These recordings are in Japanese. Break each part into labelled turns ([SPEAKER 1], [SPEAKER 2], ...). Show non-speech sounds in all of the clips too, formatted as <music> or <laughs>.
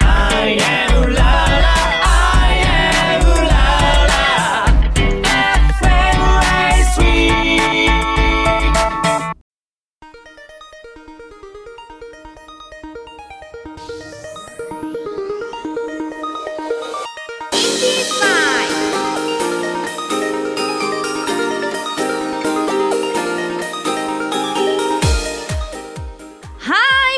[SPEAKER 1] I am la la, I am la la. FM ライスウィーク
[SPEAKER 2] はい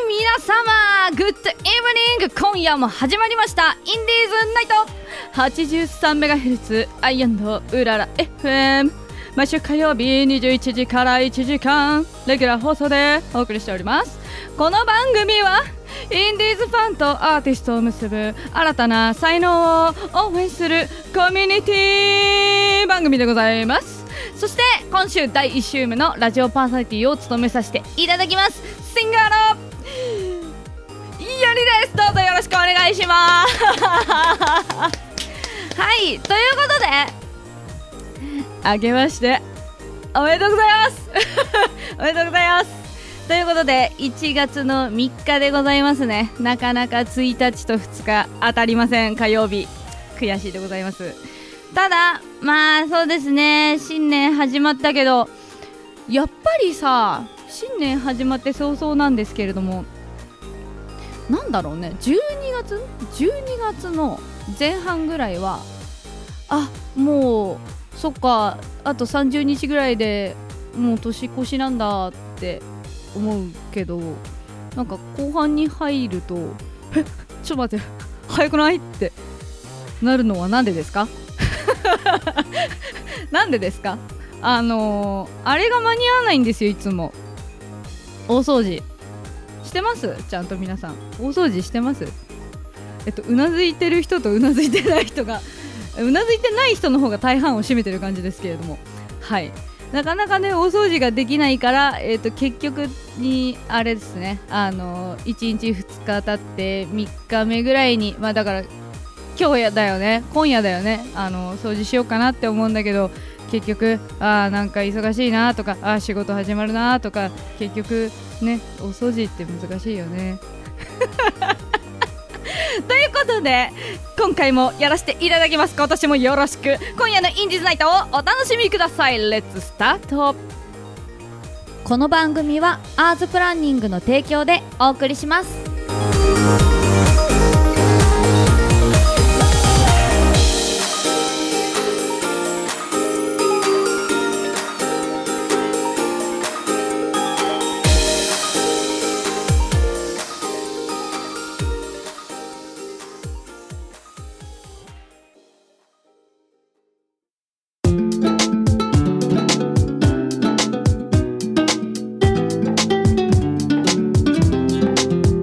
[SPEAKER 2] 皆様グッドイブニング今夜も始まりましたインディーズナイト 83MHz アイアンドウララ FM 毎週火曜日21時から1時間レギュラー放送でお送りしておりますこの番組はインディーズファンとアーティストを結ぶ新たな才能を応援するコミュニティ番組でございますそして今週第1週目のラジオパーソナリティを務めさせていただきますシンガーのいいよりですどうぞよろしくお願いします <laughs> はいということであけましておめでとうございます <laughs> おめでとうございますということで1月の3日でございますねなかなか1日と2日当たりません火曜日悔しいでございますただまあそうですね新年始まったけどやっぱりさ新年始まって早々なんですけれどもなんだろうね12月12月の前半ぐらいはあもうそっかあと30日ぐらいでもう年越しなんだって思うけどなんか後半に入るとえちょっと待って早くないってなるのはなんでですか <laughs> なんでですかあのーあれが間に合わないんですよいつも大掃除してますちゃんと皆さん大掃除してますえっとうなずいてる人とうなずいてない人が <laughs> うなずいてない人の方が大半を占めてる感じですけれどもはいなかなかね大掃除ができないから、えっと結局にあれですねあのー1日2日経って3日目ぐらいにまあだから今日やだよね今夜だよねあの掃除しようかなって思うんだけど結局あーなんか忙しいなとかあー仕事始まるなとか結局ねお掃除って難しいよね <laughs> ということで今回もやらせていただきます今年もよろしく今夜のインディーズナイトをお楽しみくださいレッツスタート
[SPEAKER 3] この番組はアーズプランニングの提供でお送りします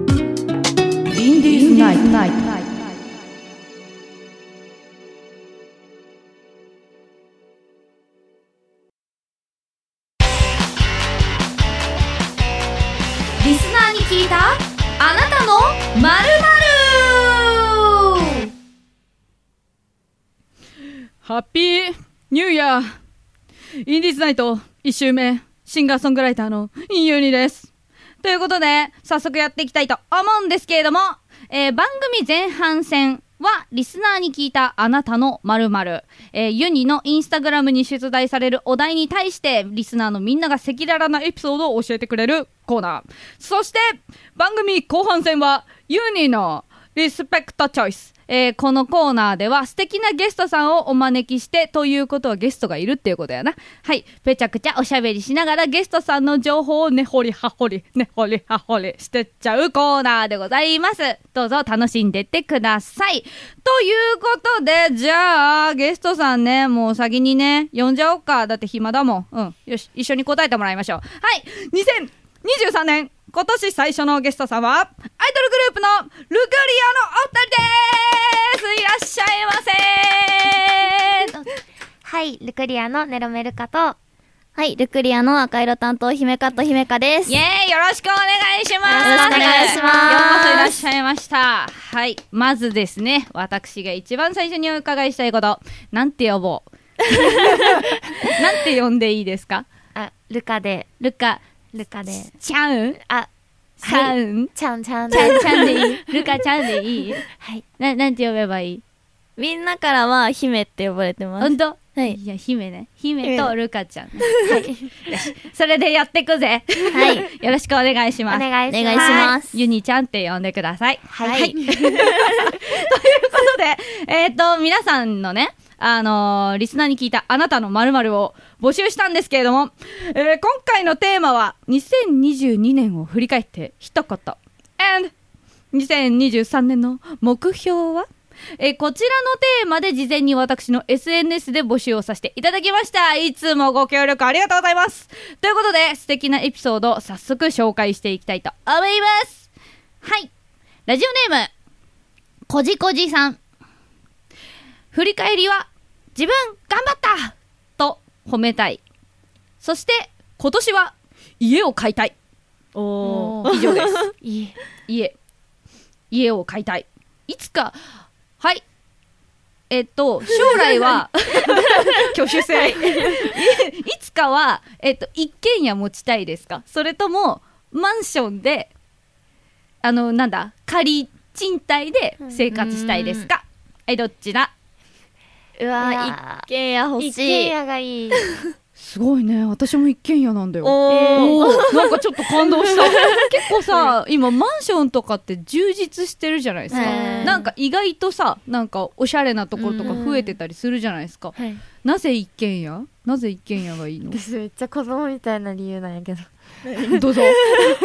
[SPEAKER 2] インディーズナイト
[SPEAKER 3] リスナーに聞いたあなたのまるまる
[SPEAKER 2] ハッピーニューイヤーインディーズナイト1周目シンガーソングライターのインユニですということで早速やっていきたいと思うんですけれども、えー番組前半戦はリスナーに聞いたあなたの〇〇、えーユニのインスタグラムに出題されるお題に対してリスナーのみんなが赤裸々なエピソードを教えてくれるコーナーそして番組後半戦はユニのリスペクトチョイス。えーこのコーナーでは素敵なゲストさんをお招きしてということはゲストがいるっていうことやなはいぺちゃくちゃおしゃべりしながらゲストさんの情報を根掘り葉掘り根掘り葉掘りしてっちゃうコーナーでございますどうぞ楽しんでってくださいということでじゃあゲストさんねもう先にね呼んじゃおうかだって暇だもんうんよし一緒に答えてもらいましょうはい2000 23年今年最初のゲストさんはアイドルグループのルグリアのお二人ですいらっしゃいませ
[SPEAKER 4] はい、ルクリアのネロメルカと。はい、ルクリアの赤色担当、姫カと姫カです
[SPEAKER 2] イエーイよろしくお願いします
[SPEAKER 4] よろしくお願い
[SPEAKER 2] ようこそ
[SPEAKER 4] します
[SPEAKER 2] いらっしゃいましたはいまずですね私が一番最初にお伺いしたいことなんて呼ぼうなんて呼んでいいですか
[SPEAKER 4] あ、ルカで、
[SPEAKER 2] ルカ
[SPEAKER 4] ルカで、
[SPEAKER 2] ちゃん
[SPEAKER 4] あ、
[SPEAKER 3] ちゃん、
[SPEAKER 4] ちゃんちゃん
[SPEAKER 3] ち。ゃんちゃんでいい。ルカちゃんでいい。
[SPEAKER 4] はい。
[SPEAKER 3] な、なんて呼べばいい
[SPEAKER 4] みんなからは、姫って呼ばれてま
[SPEAKER 3] ほ
[SPEAKER 4] す。
[SPEAKER 3] んと
[SPEAKER 4] はい
[SPEAKER 3] いや、姫ね。姫とルカちゃんね。
[SPEAKER 4] はい。
[SPEAKER 2] それでやってくぜ。
[SPEAKER 4] はい。
[SPEAKER 2] よろしくお願いします。
[SPEAKER 4] お願いしま
[SPEAKER 2] は
[SPEAKER 4] すお願いします
[SPEAKER 2] ユニちゃんって呼んでください。
[SPEAKER 4] はい
[SPEAKER 2] ということで、えっ、と、皆さんのね、あのーリスナーに聞いたあなたの〇〇を募集したんですけれども、えー今回のテーマは、2022年を振り返って一言。and 2023年の目標はえーこちらのテーマで事前に私の SNS で募集をさせていただきました。いつもご協力ありがとうございます。ということで、素敵なエピソードを早速紹介していきたいと思います。はい。ラジオネーム、こじこじさん。振り返りは、自分頑張ったと褒めたい。そして、今年は、家を買いたい。おー、以
[SPEAKER 3] <laughs>
[SPEAKER 2] 上です。
[SPEAKER 4] いい。
[SPEAKER 2] 家家を買いたいいつかはいえっと将来は挙手制い <laughs> いつかは、えっと、一軒家持ちたいですかそれともマンションであのなんだ仮賃貸で生活したいですか、えどっちだ
[SPEAKER 4] う
[SPEAKER 5] い
[SPEAKER 4] わ
[SPEAKER 5] や、一軒家欲
[SPEAKER 4] 一
[SPEAKER 5] し
[SPEAKER 4] 軒
[SPEAKER 5] い。
[SPEAKER 4] 家がいい。
[SPEAKER 2] すごいね私も一軒家なんだよ
[SPEAKER 5] おー。
[SPEAKER 2] おーなんかちょっと感動した結構さ今マンションとかって充実してるじゃないですか、
[SPEAKER 4] うん
[SPEAKER 2] なんか意外とさなんかおしゃれなところとか増えてたりするじゃないですか、
[SPEAKER 4] はい。
[SPEAKER 2] なぜ一軒家なぜ一軒家がいい
[SPEAKER 4] <laughs>
[SPEAKER 2] の
[SPEAKER 5] 私めっちゃ子供みたいな理由なんやけど。
[SPEAKER 2] どうぞ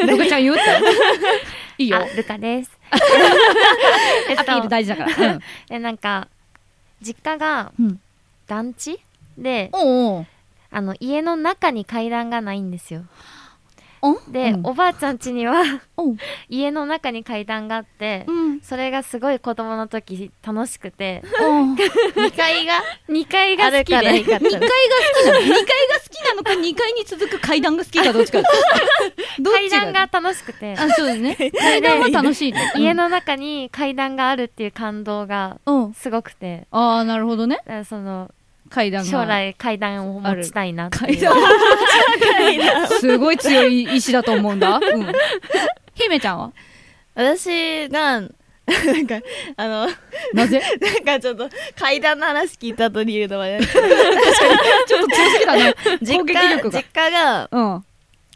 [SPEAKER 2] ルカちゃん言うっていいよ
[SPEAKER 4] あ、ルカ
[SPEAKER 2] <laughs>
[SPEAKER 4] です。えっ
[SPEAKER 2] アピール
[SPEAKER 4] と、
[SPEAKER 2] 大事だから、うん
[SPEAKER 4] え、なんか、実家が
[SPEAKER 2] うん、
[SPEAKER 4] 団地で、
[SPEAKER 2] おうおう
[SPEAKER 4] あの、家の中に階段がないんですよ。
[SPEAKER 2] お
[SPEAKER 4] で、
[SPEAKER 2] うん
[SPEAKER 4] おばあちゃん家には <laughs>
[SPEAKER 2] おう
[SPEAKER 4] 家の中に階段があって、
[SPEAKER 2] うん
[SPEAKER 4] それがすごい子供の時楽しくて、
[SPEAKER 2] おう
[SPEAKER 5] 二
[SPEAKER 2] <laughs>
[SPEAKER 5] 階が
[SPEAKER 4] 2階が好き
[SPEAKER 5] あるからい
[SPEAKER 4] で
[SPEAKER 5] い、かった
[SPEAKER 2] 二階が好きなの二階が好きなのか二階に続く階段が好きか <laughs> どっちかどっ
[SPEAKER 4] 階
[SPEAKER 2] ちが
[SPEAKER 4] 段が楽しくて、
[SPEAKER 2] あそうです <laughs> ね階段は楽しいね
[SPEAKER 4] 家の中に階段があるっていう感動が
[SPEAKER 2] うん
[SPEAKER 4] すごくて、
[SPEAKER 2] ああ、なるほどね。
[SPEAKER 4] だからその、
[SPEAKER 2] 階段が。
[SPEAKER 4] 将。来階段を持ちたいなっていう
[SPEAKER 2] 階 <laughs> 段。すごい強い意志だと思うんだ。うん。姫ちゃんは
[SPEAKER 5] 私が、なんか、あの、
[SPEAKER 2] な <laughs> ぜ
[SPEAKER 5] なんかちょっと階段の話聞いた後に言うのは、
[SPEAKER 2] ちょっと強すぎたね。
[SPEAKER 5] 実
[SPEAKER 2] <laughs> 攻撃
[SPEAKER 5] 家、
[SPEAKER 2] 力が
[SPEAKER 5] 実家が、
[SPEAKER 2] うん。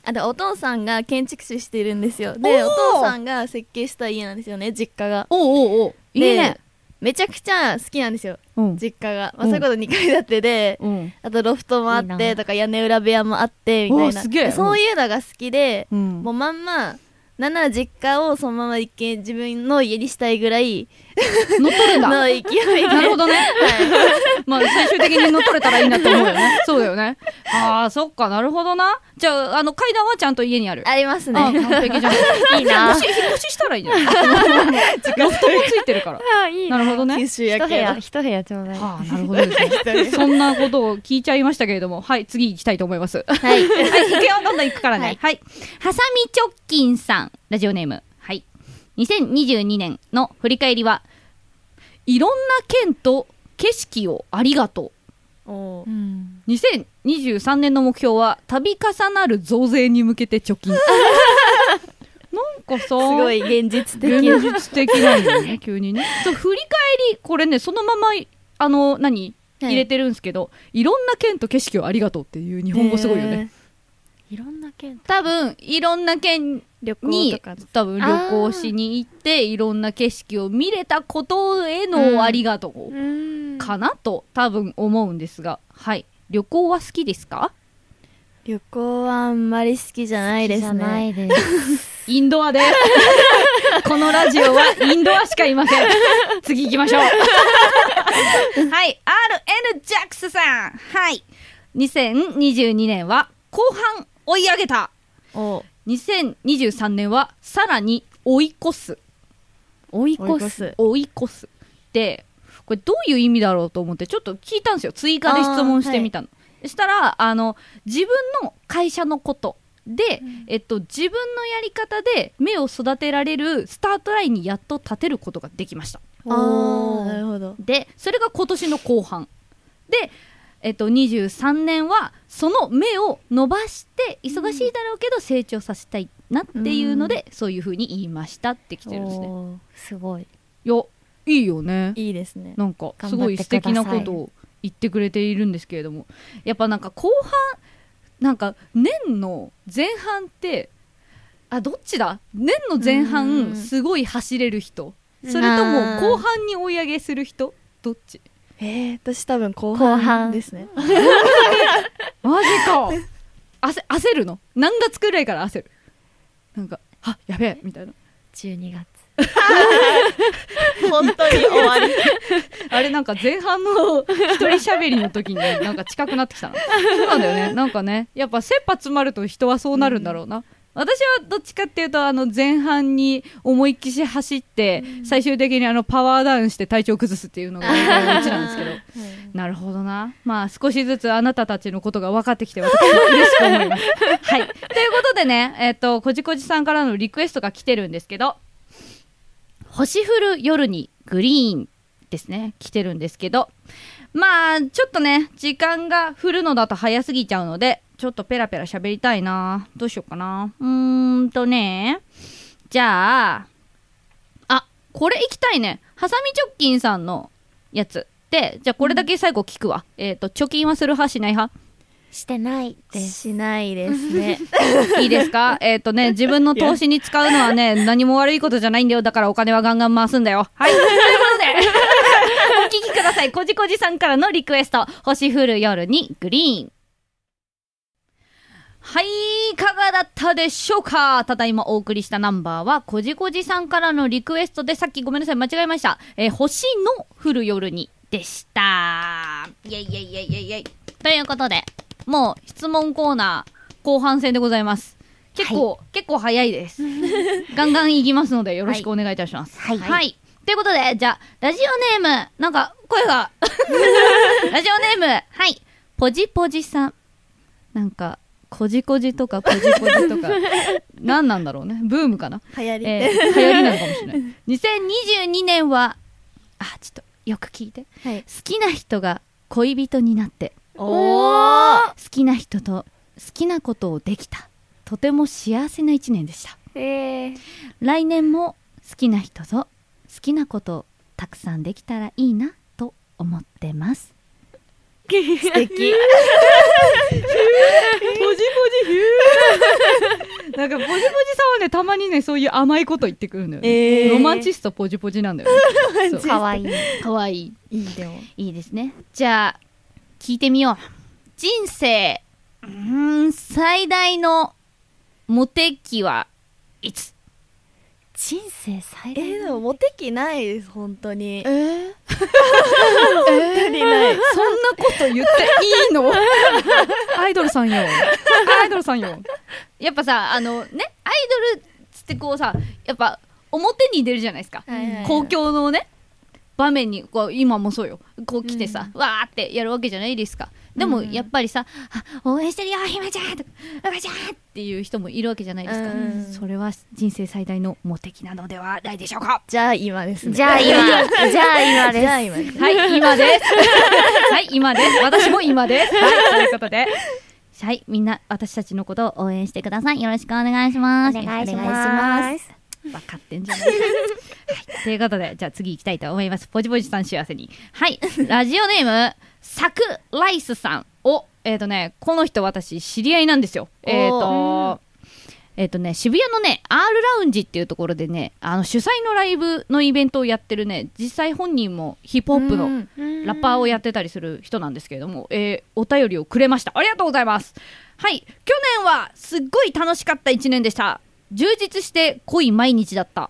[SPEAKER 5] あの、お父さんが建築士してるんですよ。で、
[SPEAKER 2] おー
[SPEAKER 5] お父さんが設計した家なんですよね、実家が。
[SPEAKER 2] おうおうおう。いいね
[SPEAKER 5] で。。めちゃくちゃ好きなんですよ、
[SPEAKER 2] うん。
[SPEAKER 5] 実家が。まあ、
[SPEAKER 2] うん
[SPEAKER 5] そういうこと2階建てで、
[SPEAKER 2] うん。
[SPEAKER 5] あとロフトもあっ
[SPEAKER 4] いい
[SPEAKER 5] て
[SPEAKER 4] な
[SPEAKER 5] とか屋根裏部屋もあってみた
[SPEAKER 2] お
[SPEAKER 5] い
[SPEAKER 2] ー
[SPEAKER 5] な
[SPEAKER 2] すげえ
[SPEAKER 5] そういうのが好きで、
[SPEAKER 2] うん
[SPEAKER 5] もうまんまなんなら実家をそのまま一軒自分の家にしたいぐらい
[SPEAKER 2] 乗っ取るん <laughs>
[SPEAKER 5] の
[SPEAKER 2] だ。
[SPEAKER 5] 勢いで
[SPEAKER 2] なるほどね。まあ、最終的に乗っ取れたらいいなと思うよね。
[SPEAKER 4] <laughs>
[SPEAKER 2] そうだよね。ああ、そっか、なるほどな。じゃあ、あの、階段はちゃんと家にある。
[SPEAKER 5] あります
[SPEAKER 2] あ、
[SPEAKER 5] ね
[SPEAKER 2] 完璧じゃん。
[SPEAKER 4] <laughs> いい
[SPEAKER 2] 引
[SPEAKER 4] な
[SPEAKER 2] っ越し、引っ越ししたらいいじゃ
[SPEAKER 4] <laughs>
[SPEAKER 2] ん。ロフトもついてるから。
[SPEAKER 4] あいい
[SPEAKER 2] な
[SPEAKER 4] な。
[SPEAKER 2] るほどね。
[SPEAKER 5] 九州
[SPEAKER 4] 一
[SPEAKER 5] や
[SPEAKER 4] 部
[SPEAKER 5] けど
[SPEAKER 4] 屋、一部屋ちょうだい。
[SPEAKER 2] はあ、なるほどですね。そんなことを聞いちゃいましたけれども、はい、次行きたいと思います。はい、
[SPEAKER 5] はい
[SPEAKER 2] 行くよ、どんどん行くからね。はい。ハサミ直近さん、ラジオネーム。はい。2022年の振り返りは、いろんな県と景色をありがと
[SPEAKER 5] お
[SPEAKER 4] う
[SPEAKER 5] ー
[SPEAKER 4] ん。
[SPEAKER 2] う。2023年の目標は、度重なる増税に向けて貯 <laughs> 金。なんかさ、す
[SPEAKER 5] すごい現実的
[SPEAKER 2] 現実的なんだよね <laughs> 急にねそう振り返りこれねそのままあの何
[SPEAKER 5] はい
[SPEAKER 2] 入れてるんですけど、い、ろんな県と景色をありがとうっていう日本語すごいよね、
[SPEAKER 4] いろんな県。
[SPEAKER 2] 多分いろんな県
[SPEAKER 5] 旅行と
[SPEAKER 2] に
[SPEAKER 5] か
[SPEAKER 2] 多分旅行しに行っていろんな景色を見れたことへのありがとう
[SPEAKER 4] うん。
[SPEAKER 2] かなと多分思うんですがはい旅行は好きですか
[SPEAKER 5] 旅行はあんまり好きじゃないで
[SPEAKER 4] じゃ
[SPEAKER 5] す
[SPEAKER 4] な
[SPEAKER 5] ね
[SPEAKER 4] いです。
[SPEAKER 2] インドアです <laughs> このラジオはインドアしかいま <laughs> せん次行きま <laughs> しょうはい RN ジャックスさんはい2022年は後半追い上げた
[SPEAKER 5] お
[SPEAKER 2] 2023年はさらに追い越す
[SPEAKER 4] 追い
[SPEAKER 5] 追い
[SPEAKER 4] 越
[SPEAKER 5] 越
[SPEAKER 4] す。
[SPEAKER 5] す
[SPEAKER 2] 追い越すってこれどういう意味だろうと思ってちょっと聞いたんですよ追加で質問してみたの、したらあの自分の会社のことで、えっと、自分のやり方で目を育てられるスタートラインにやっと立てることができました
[SPEAKER 5] あーなるほど
[SPEAKER 2] でそれが今年の後半でえっと、23年はその目を伸ばして忙しいだろうけど成長させたいなっていうので、そういうふうに言いましたってきてるんですね。
[SPEAKER 4] おーすごい。
[SPEAKER 2] いやいいよね
[SPEAKER 5] いいですね
[SPEAKER 2] なんか
[SPEAKER 4] 頑張って
[SPEAKER 2] すごい素敵なことを言ってくれているんですけれどもやっぱなんか後半なんか年の前半ってあどっちだ年の前
[SPEAKER 5] う
[SPEAKER 2] 半
[SPEAKER 5] ん
[SPEAKER 2] すごい走れる人それとも
[SPEAKER 4] あー
[SPEAKER 2] 後半に追い上げする人どっち
[SPEAKER 5] えー、私多分後
[SPEAKER 4] 後半
[SPEAKER 5] 半ですね
[SPEAKER 2] マジか <laughs> 焦焦るの何月くらいから焦るなんかあやべえみたいな
[SPEAKER 4] 12月。
[SPEAKER 5] <laughs> 本当に終わり
[SPEAKER 2] <laughs> あれなんか前半 <laughs> の一人喋りの時になんか近くなってきたな。そうなんだよ <laughs> ね。なんかね、やっぱ切羽詰まると人はそうなるんだろうな。私はどっちかっていうとあの前半に思いっきし走って、最終的にあのパワーダウンして体調崩すっていうのがうち <laughs> なんですけどなるほどなまあ少しずつあなたたちのことが分かってきて私は嬉しく思い <laughs> ますはいということでねえっ、とこじこじさんからのリクエストが来てるんですけど星降る夜にグリーンですね来てるんですけどまあちょっとね時間が降るのだと早すぎちゃうのでちょっとペラペラ喋りたいなどうしようかなうーんとねじゃああこれ行きたいねハサミ直近さんのやつでじゃあこれだけ最後聞くわ、えっ、と貯金はする派しない派
[SPEAKER 4] してないです。
[SPEAKER 5] <laughs> しないですね
[SPEAKER 2] いいですか <laughs> えっとね、自分の投資に使うのはね、何も悪いことじゃないんだよ。だからお金はガンガン回すんだよ。 <laughs> はい。ということで、お聞きください。こじこじさんからのリクエスト。星降る夜にグリーン。はい、いかがだったでしょうかただいまお送りしたナンバーは、こじこじさんからのリクエストで、さっきごめんなさい、間違えました。えー星の降る夜にでした。イェイイェイイェイイェイイェイ。ということで、もう質問コーナー後半戦でございます。結構、結構早いです。 <laughs> ガンガンいきますのでよろしくお願いいたします。
[SPEAKER 4] はい
[SPEAKER 2] ということで、じゃあ、ラジオネーム、なんか、声 <laughs> が、ラジオネーム、はい、ポジポジさん。なんか、こじこじとかポジポジと <laughs> か、何なんだろうね。ブームかな。
[SPEAKER 5] <laughs> 流行り、
[SPEAKER 2] えー、流行りなのかもしれ <laughs> ない。2022年は、あ、ちょっと、よく聞いて。
[SPEAKER 5] はい
[SPEAKER 2] 好きな人が恋人になって、
[SPEAKER 5] お
[SPEAKER 2] 好きな人と好きなことをできたとても幸せな一年でした
[SPEAKER 4] えー、
[SPEAKER 2] 来年も好きな人と好きなことをたくさんできたらいいなと思ってます
[SPEAKER 5] 素
[SPEAKER 4] <laughs>
[SPEAKER 5] 敵
[SPEAKER 2] ポジポジヒューなんかポジポジさんはねたまにねそういう甘いこと言ってくるんだよね、
[SPEAKER 5] えー
[SPEAKER 2] ロマンチストポジポジなんだよねそう
[SPEAKER 4] かわいい。
[SPEAKER 2] かわいい
[SPEAKER 5] いいでも
[SPEAKER 2] いいですね。じゃあ、聞いてみよう。人生、うーん、最大のモテ期はいつ
[SPEAKER 4] 人生最
[SPEAKER 5] え
[SPEAKER 4] 大
[SPEAKER 5] ー、で
[SPEAKER 4] の
[SPEAKER 5] もモテ期ないです本当に
[SPEAKER 1] えー
[SPEAKER 5] 本当にない
[SPEAKER 2] そんなこと言っていいの <laughs> アイドルさんよ。アイドルさんよ。やっぱさ、あのね、アイドルっつってこうさ、やっぱ表に出るじゃないですか。
[SPEAKER 5] はいはい
[SPEAKER 2] 公共のね場面にこう今もそうよこう来てさ、わーってやるわけじゃないですかでもやっぱりさ「あ応援してるよひまちゃん!」とか「うまちゃん!」っていう人もいるわけじゃないですか、
[SPEAKER 5] うん
[SPEAKER 2] それは人生最大のモテ期なのではないでしょうか
[SPEAKER 5] じゃあ今ですね
[SPEAKER 4] じゃ
[SPEAKER 5] <laughs>
[SPEAKER 4] あ今、じゃあ今です。
[SPEAKER 5] じゃあ今です
[SPEAKER 2] <laughs> はい今ですはい今です私も今ですはいということではいみんな私たちのことを応援してくださいよろしくお願いします
[SPEAKER 4] お願いし
[SPEAKER 2] よろくお願
[SPEAKER 4] ます。
[SPEAKER 2] 分かってんじゃない、はい、ということでじゃあ次行きたいと思いますポジポジさん幸せにはいラジオネームサクライスさんをえっ、とねこの人私知り合いなんですよえっ、とえっ、とね渋谷のね R ラウンジっていうところでねあの主催のライブのイベントをやってるね実際本人もヒップホップの、ラッパーをやってたりする人なんですけれども、えーお便りをくれました。ありがとうございます。はい。去年はすっごい楽しかった1年でした。充実して濃い毎日だった。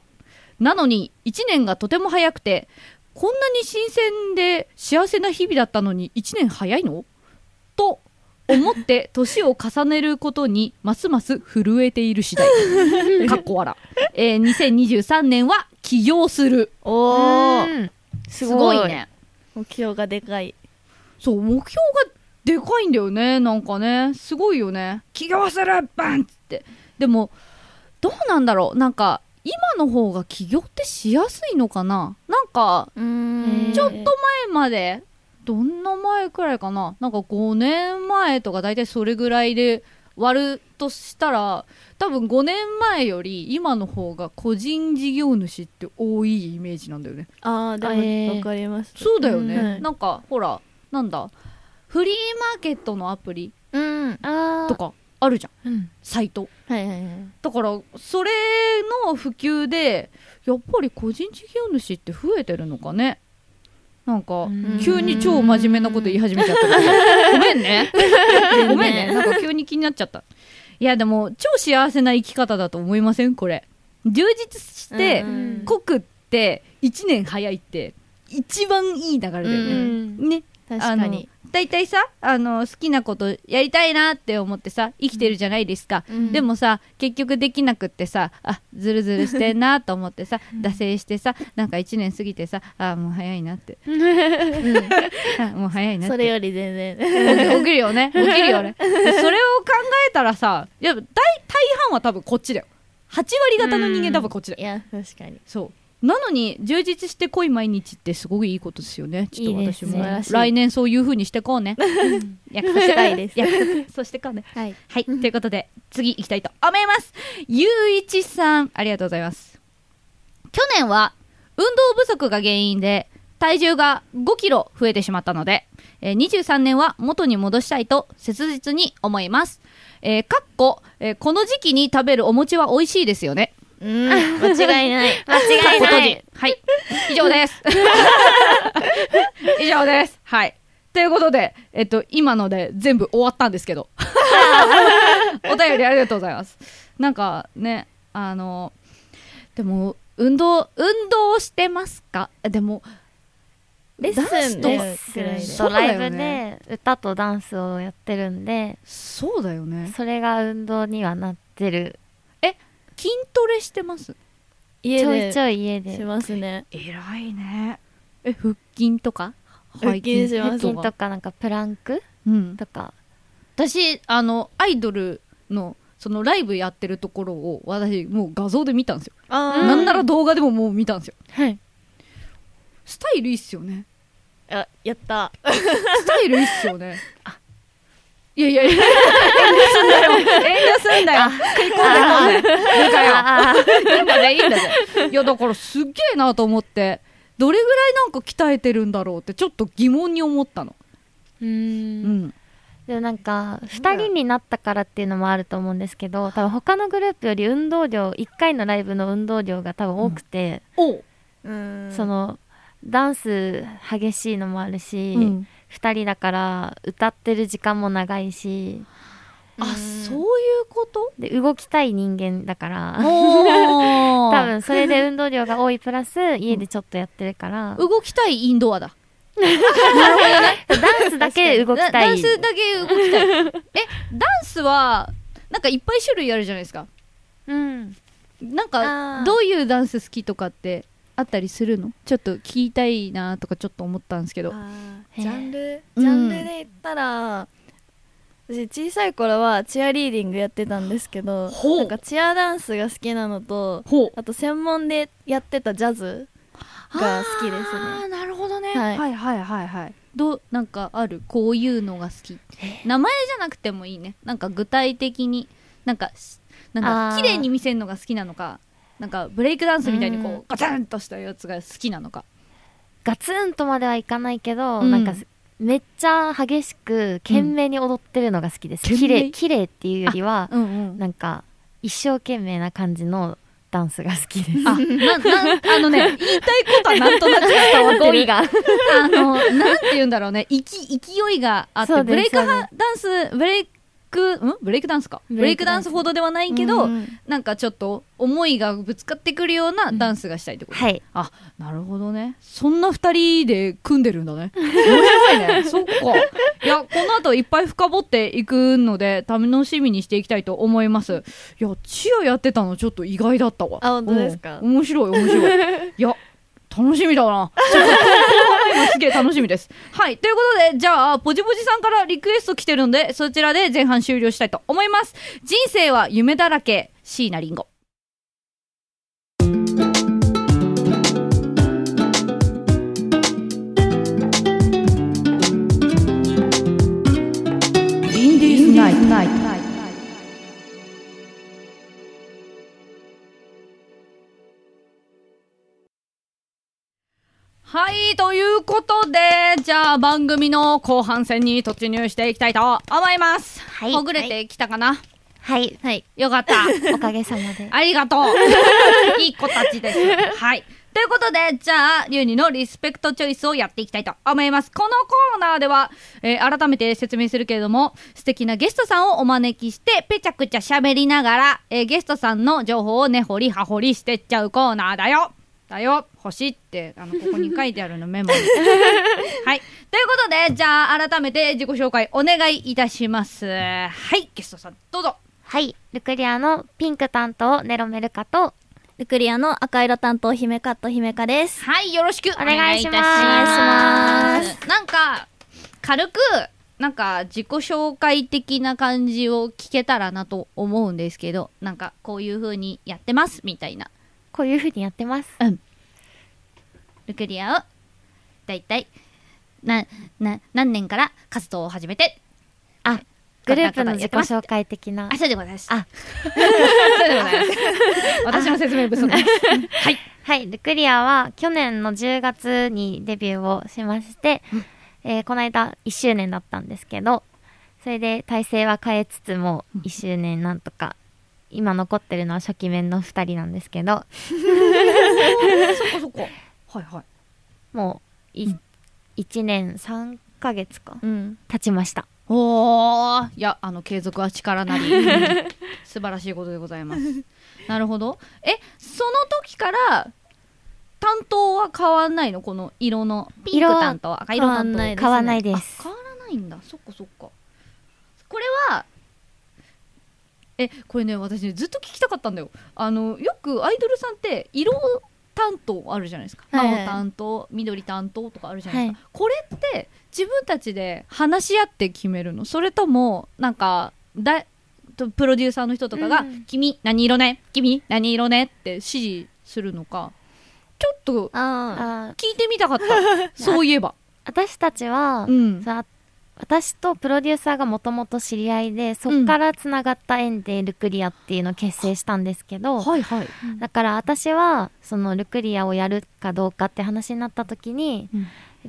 [SPEAKER 2] なのに、1年がとても早くて、こんなに新鮮で幸せな日々だったのに1年早いのと思って年を重ねることにますます震えている次第。 <laughs> かっこ笑。えー2023年は起業する。
[SPEAKER 5] おー
[SPEAKER 4] うん
[SPEAKER 5] す
[SPEAKER 2] すごいね。
[SPEAKER 5] 目標がでかい
[SPEAKER 2] そう、目標がでかいんだよね、なんかね。すごいよね。起業するバンっつって。でも、どうなんだろうなんか、今の方が起業ってしやすいのかななんか、
[SPEAKER 5] うん
[SPEAKER 2] ちょっと前まで、どんな前くらいかななんか5年前とか大体それぐらいで割るとしたら多分5年前より今の方が個人事業主って多いイメージなんだよね
[SPEAKER 5] ああで
[SPEAKER 2] あえ
[SPEAKER 5] も
[SPEAKER 2] ー
[SPEAKER 5] わかります
[SPEAKER 2] そうだよね、
[SPEAKER 5] うんはい
[SPEAKER 2] なんかほらなんだフリーマーケットのアプリ
[SPEAKER 5] うん
[SPEAKER 4] あ
[SPEAKER 2] とかあるじゃん
[SPEAKER 5] うん
[SPEAKER 2] サイト
[SPEAKER 5] はいはいはい
[SPEAKER 2] だからそれの普及でやっぱり個人事業主って増えてるのかねなんか
[SPEAKER 5] ん
[SPEAKER 2] 急に超真面目なこと言い始めちゃったけど
[SPEAKER 5] <laughs>
[SPEAKER 2] ごめんねごめんねなんか急に気になっちゃったいやでも超幸せな生き方だと思いませんこれ充実して
[SPEAKER 5] うんうん
[SPEAKER 2] 濃くって1年早いって一番いい流れだよ
[SPEAKER 5] う
[SPEAKER 2] ね、
[SPEAKER 5] ん
[SPEAKER 2] ね
[SPEAKER 5] 確かに
[SPEAKER 2] あの大体さあの好きなことやりたいなって思ってさ生きてるじゃないですか、
[SPEAKER 5] うん
[SPEAKER 2] でもさ結局できなくってさあずるずるしてんなと思っ
[SPEAKER 5] <laughs>
[SPEAKER 2] てさ惰性してさなんか1年過ぎてさあもう早いなって、
[SPEAKER 5] <laughs>
[SPEAKER 2] あもう早いなって
[SPEAKER 5] それより全然
[SPEAKER 2] <laughs> 起きるよね起きるよねでそれを考えたらさやっぱ大大半は多分こっちだよ8割方の人間多分こっちだよ
[SPEAKER 5] いや確かに
[SPEAKER 2] そうなのに充実して濃い毎日ってすごくいいことですよねちょっと
[SPEAKER 5] いいです
[SPEAKER 2] 私
[SPEAKER 5] ね
[SPEAKER 2] も
[SPEAKER 5] 素晴らしい
[SPEAKER 2] 来年そういう風にしてこ
[SPEAKER 5] <laughs>
[SPEAKER 2] うね約束
[SPEAKER 5] したいです
[SPEAKER 2] 約束そうしてこうね
[SPEAKER 5] はい
[SPEAKER 2] はい、ということで、次行きたいと思います。ゆういちさん、ありがとうございます。去年は、運動不足が原因で、体重が5キロ増えてしまったので、えー23年は元に戻したいと切実に思います。えーかっこ、えーこの時期に食べるお餅は美味しいですよね。
[SPEAKER 5] うん間違い
[SPEAKER 2] <laughs>
[SPEAKER 5] ない
[SPEAKER 2] か
[SPEAKER 4] 間
[SPEAKER 2] っ
[SPEAKER 4] 違い
[SPEAKER 2] こ閉
[SPEAKER 4] な
[SPEAKER 2] じ
[SPEAKER 4] い。
[SPEAKER 2] はい。以上 <laughs> です。以上です。はい。ということで、えっと、今ので全部終わったんですけ <laughs> ど。お便りありがとうございます。なんかね、あの、でも、運動、運動してますかでも、
[SPEAKER 5] レッスン
[SPEAKER 2] ダン
[SPEAKER 5] で
[SPEAKER 2] ス
[SPEAKER 5] くらいで
[SPEAKER 2] そ
[SPEAKER 4] ド
[SPEAKER 2] うだ
[SPEAKER 4] ラ
[SPEAKER 2] よね
[SPEAKER 4] イブで歌とダンスをやってるんで、
[SPEAKER 2] そうだよね。
[SPEAKER 4] それが運動にはなってる。
[SPEAKER 2] 筋トレしてます。
[SPEAKER 5] 家
[SPEAKER 4] ちょい
[SPEAKER 5] で
[SPEAKER 4] ちょい家
[SPEAKER 5] し
[SPEAKER 4] で。
[SPEAKER 5] ますね
[SPEAKER 2] 偉いね。え、腹筋とか
[SPEAKER 5] 腹筋します
[SPEAKER 4] 筋とかなんかプランク
[SPEAKER 2] うん。
[SPEAKER 4] とか。
[SPEAKER 2] 私あのアイドルのそのライブやってるところを私もう画像で見たんですよ、
[SPEAKER 5] あ
[SPEAKER 2] な
[SPEAKER 5] なんんな
[SPEAKER 2] なら
[SPEAKER 5] ら
[SPEAKER 2] 動画でももう見たんですよ
[SPEAKER 5] はい
[SPEAKER 2] スタイルいいっすよね
[SPEAKER 5] あやった
[SPEAKER 2] スタイルいいっすよねいやいやいや遠慮すんだよ遠慮すんだよ食い込んでこんでだから
[SPEAKER 4] あー
[SPEAKER 2] いいんだねいいんだねいやだからすっげえなと思ってどれぐらいなんか鍛えてるんだろうってちょっと疑問に思ったの
[SPEAKER 5] う
[SPEAKER 2] うんん
[SPEAKER 4] でもなんか、二人になったからっていうのもあると思うんですけど、多分他のグループより運動量、一回のライブの運動量が多分多くて、
[SPEAKER 2] おう、
[SPEAKER 5] うん
[SPEAKER 4] その、ダンス激しいのもあるし、
[SPEAKER 2] うん
[SPEAKER 4] 二人だから歌ってる時間も長いし
[SPEAKER 2] あ
[SPEAKER 5] うん
[SPEAKER 2] そういうこと
[SPEAKER 4] で動きたい人間だから
[SPEAKER 2] <laughs> おー
[SPEAKER 4] 多分それで運動量が多いプラス家でちょっとやってるから、
[SPEAKER 2] 動きたいインドアだ
[SPEAKER 4] ダンスだけ動き
[SPEAKER 2] ダ
[SPEAKER 4] た
[SPEAKER 2] ダン
[SPEAKER 4] い
[SPEAKER 2] スだけ動きたい
[SPEAKER 4] <laughs>
[SPEAKER 2] えダンスはなんかいっぱい種類あるじゃないですか
[SPEAKER 4] うん
[SPEAKER 2] なんか
[SPEAKER 5] あー
[SPEAKER 2] どういうダンス好きとかってあったりするのちょっと聞きたいなとかちょっと思ったんですけど
[SPEAKER 5] あ
[SPEAKER 4] へ
[SPEAKER 5] ー
[SPEAKER 4] え
[SPEAKER 5] ジャンル
[SPEAKER 2] うん
[SPEAKER 5] ジャンルで言ったら、私小さい頃はチアリーディングやってたんですけど
[SPEAKER 2] ほう
[SPEAKER 5] なんかチアダンスが好きなのと
[SPEAKER 2] ほう
[SPEAKER 5] あと専門でやってたジャズが好きです
[SPEAKER 2] あ
[SPEAKER 5] ね
[SPEAKER 2] ーなるほどね、は、
[SPEAKER 5] はいい
[SPEAKER 2] はいはいはいどうなんかあるこういうのが好き名前じゃなくてもいいねなんか具体的になんかしなん
[SPEAKER 4] あ
[SPEAKER 2] か
[SPEAKER 4] ー
[SPEAKER 2] 綺麗に見せるのが好きなのかなんかブレイクダンスみたいにこう、
[SPEAKER 5] うん
[SPEAKER 2] ガツンとしたやつが好きなのか
[SPEAKER 4] ガツンとまではいかないけど、
[SPEAKER 2] うん
[SPEAKER 4] なんかめっちゃ激しく懸命に踊ってるのが好きです、
[SPEAKER 2] うん
[SPEAKER 4] 綺
[SPEAKER 2] 懸命
[SPEAKER 4] 麗綺麗っていうよりは
[SPEAKER 2] うんうん
[SPEAKER 4] なんか一生懸命な感じのダンスが好
[SPEAKER 2] <laughs>
[SPEAKER 4] きです
[SPEAKER 2] あ、な、なん、あのね、言いたいことはなんとなく伝わって
[SPEAKER 4] ゴミ
[SPEAKER 2] る。
[SPEAKER 4] が
[SPEAKER 2] あの、なんて言うんだろうね、いき、勢いがあっ
[SPEAKER 4] そ
[SPEAKER 2] て、
[SPEAKER 4] うです
[SPEAKER 2] ブレイクはダンス、ブレイク、んブレイクダンスか。ブ
[SPEAKER 4] ブ
[SPEAKER 2] レ
[SPEAKER 4] レ
[SPEAKER 2] イ
[SPEAKER 4] イ
[SPEAKER 2] ク
[SPEAKER 4] ク
[SPEAKER 2] ダ
[SPEAKER 4] ダ
[SPEAKER 2] ン
[SPEAKER 4] ン
[SPEAKER 2] ス
[SPEAKER 4] ス
[SPEAKER 2] ほどではないけ
[SPEAKER 5] う
[SPEAKER 2] ど、
[SPEAKER 5] ん
[SPEAKER 2] なんかちょっと思いがぶつかってくるようなダンスがしたいってこと。
[SPEAKER 4] はい
[SPEAKER 2] あ、なるほどね。そんな二人で組んでるんだね。面白いね。そっか。いや、この後いっぱい深掘っていくので、楽しみにしていきたいと思います。いや、チアやってたのちょっと意外だったわ。
[SPEAKER 5] あ本当ですか
[SPEAKER 2] うん面白い、面白
[SPEAKER 5] <laughs>
[SPEAKER 2] い。いや、楽しみだな。ちょっと今すげえ楽しみです。はい。ということで、じゃあ、ポジポジさんからリクエスト来てるので、そちらで前半終了したいと思います。人生は夢だらけ、椎名林檎。
[SPEAKER 6] 「
[SPEAKER 2] はい、ということで、じゃあ番組の後半戦に突入していきたいと思います。
[SPEAKER 4] はい
[SPEAKER 2] ほぐれてきたかな、
[SPEAKER 4] はい。はい。
[SPEAKER 2] よかった。
[SPEAKER 4] おかげさまで。
[SPEAKER 2] <laughs> ありがとう。いい子たちです。はい。ということで、じゃあ、リュウニのリスペクトチョイスをやっていきたいと思います。このコーナーでは、えー改めて説明するけれども、素敵なゲストさんをお招きして、ぺちゃくちゃ喋りながら、えーゲストさんの情報を根掘り葉掘りしてっちゃうコーナーだよ。だよ。星って、あの、ここに書いてあるのメモに。はい。ということで、じゃあ、改めて自己紹介お願いいたします。はい。ゲストさん、どうぞ。
[SPEAKER 4] はい。ルクリアのピンク担当、ネロメルカと、
[SPEAKER 5] ルクリアの赤色担当姫カット姫カです。
[SPEAKER 2] はい、よろしくお願いいたします。
[SPEAKER 4] 願いし
[SPEAKER 2] なんか、軽く、なんか、自己紹介的な感じを聞けたらなと思うんですけど、なんか、こういう風にやってます、みたいな。
[SPEAKER 4] こういう風にやってます。
[SPEAKER 2] ルクリアを、だいたい、な、な、何年から活動を始めて、
[SPEAKER 4] あ、グループの自己紹介的な
[SPEAKER 2] あ、。そうでございます。
[SPEAKER 4] あ、
[SPEAKER 2] <laughs> そうでございます。私の説明不足です。
[SPEAKER 4] はい。ルクリアは去年の10月にデビューをしまして、えーこの間1周年だったんですけど、それで体制は変えつつも1周年なんとか、今残ってるのは初期面の2人なんですけど、
[SPEAKER 2] <laughs> そっかそっか。はいはい。
[SPEAKER 4] もうい、1年3ヶ月か、
[SPEAKER 5] うん。
[SPEAKER 4] 経ちました。
[SPEAKER 2] おーいやあの継続は力
[SPEAKER 4] <laughs>
[SPEAKER 2] なり素晴らしいことでございますなるほどえその時から担当は変わんないのこの色のピンク
[SPEAKER 4] 色は
[SPEAKER 2] 担当赤色担
[SPEAKER 5] 変
[SPEAKER 2] 当
[SPEAKER 5] わんないですね
[SPEAKER 4] 変わんないです
[SPEAKER 2] あ。変わらないんだそっかそっかこれはえこれね私ねずっと聞きたかったんだよあのよくアイドルさんって色担当あるじゃないですか、
[SPEAKER 5] はいはい
[SPEAKER 2] 青担当緑担当とかあるじゃないですか、これって自分たちで話し合って決めるのそれともなんかだとプロデューサーの人とかが「
[SPEAKER 4] うん
[SPEAKER 2] 君何色ね君何色ね」って指示するのかちょっと
[SPEAKER 5] あ
[SPEAKER 4] あー
[SPEAKER 2] 聞いてみたかったそういえば。
[SPEAKER 4] 私たちは、
[SPEAKER 2] うん
[SPEAKER 4] さ私とプロデューサーがもともと知り合いでそっからつながった縁でルクリアっていうのを結成したんですけど、
[SPEAKER 2] はいはい、
[SPEAKER 4] だから私はそのルクリアをやるかどうかって話になった時に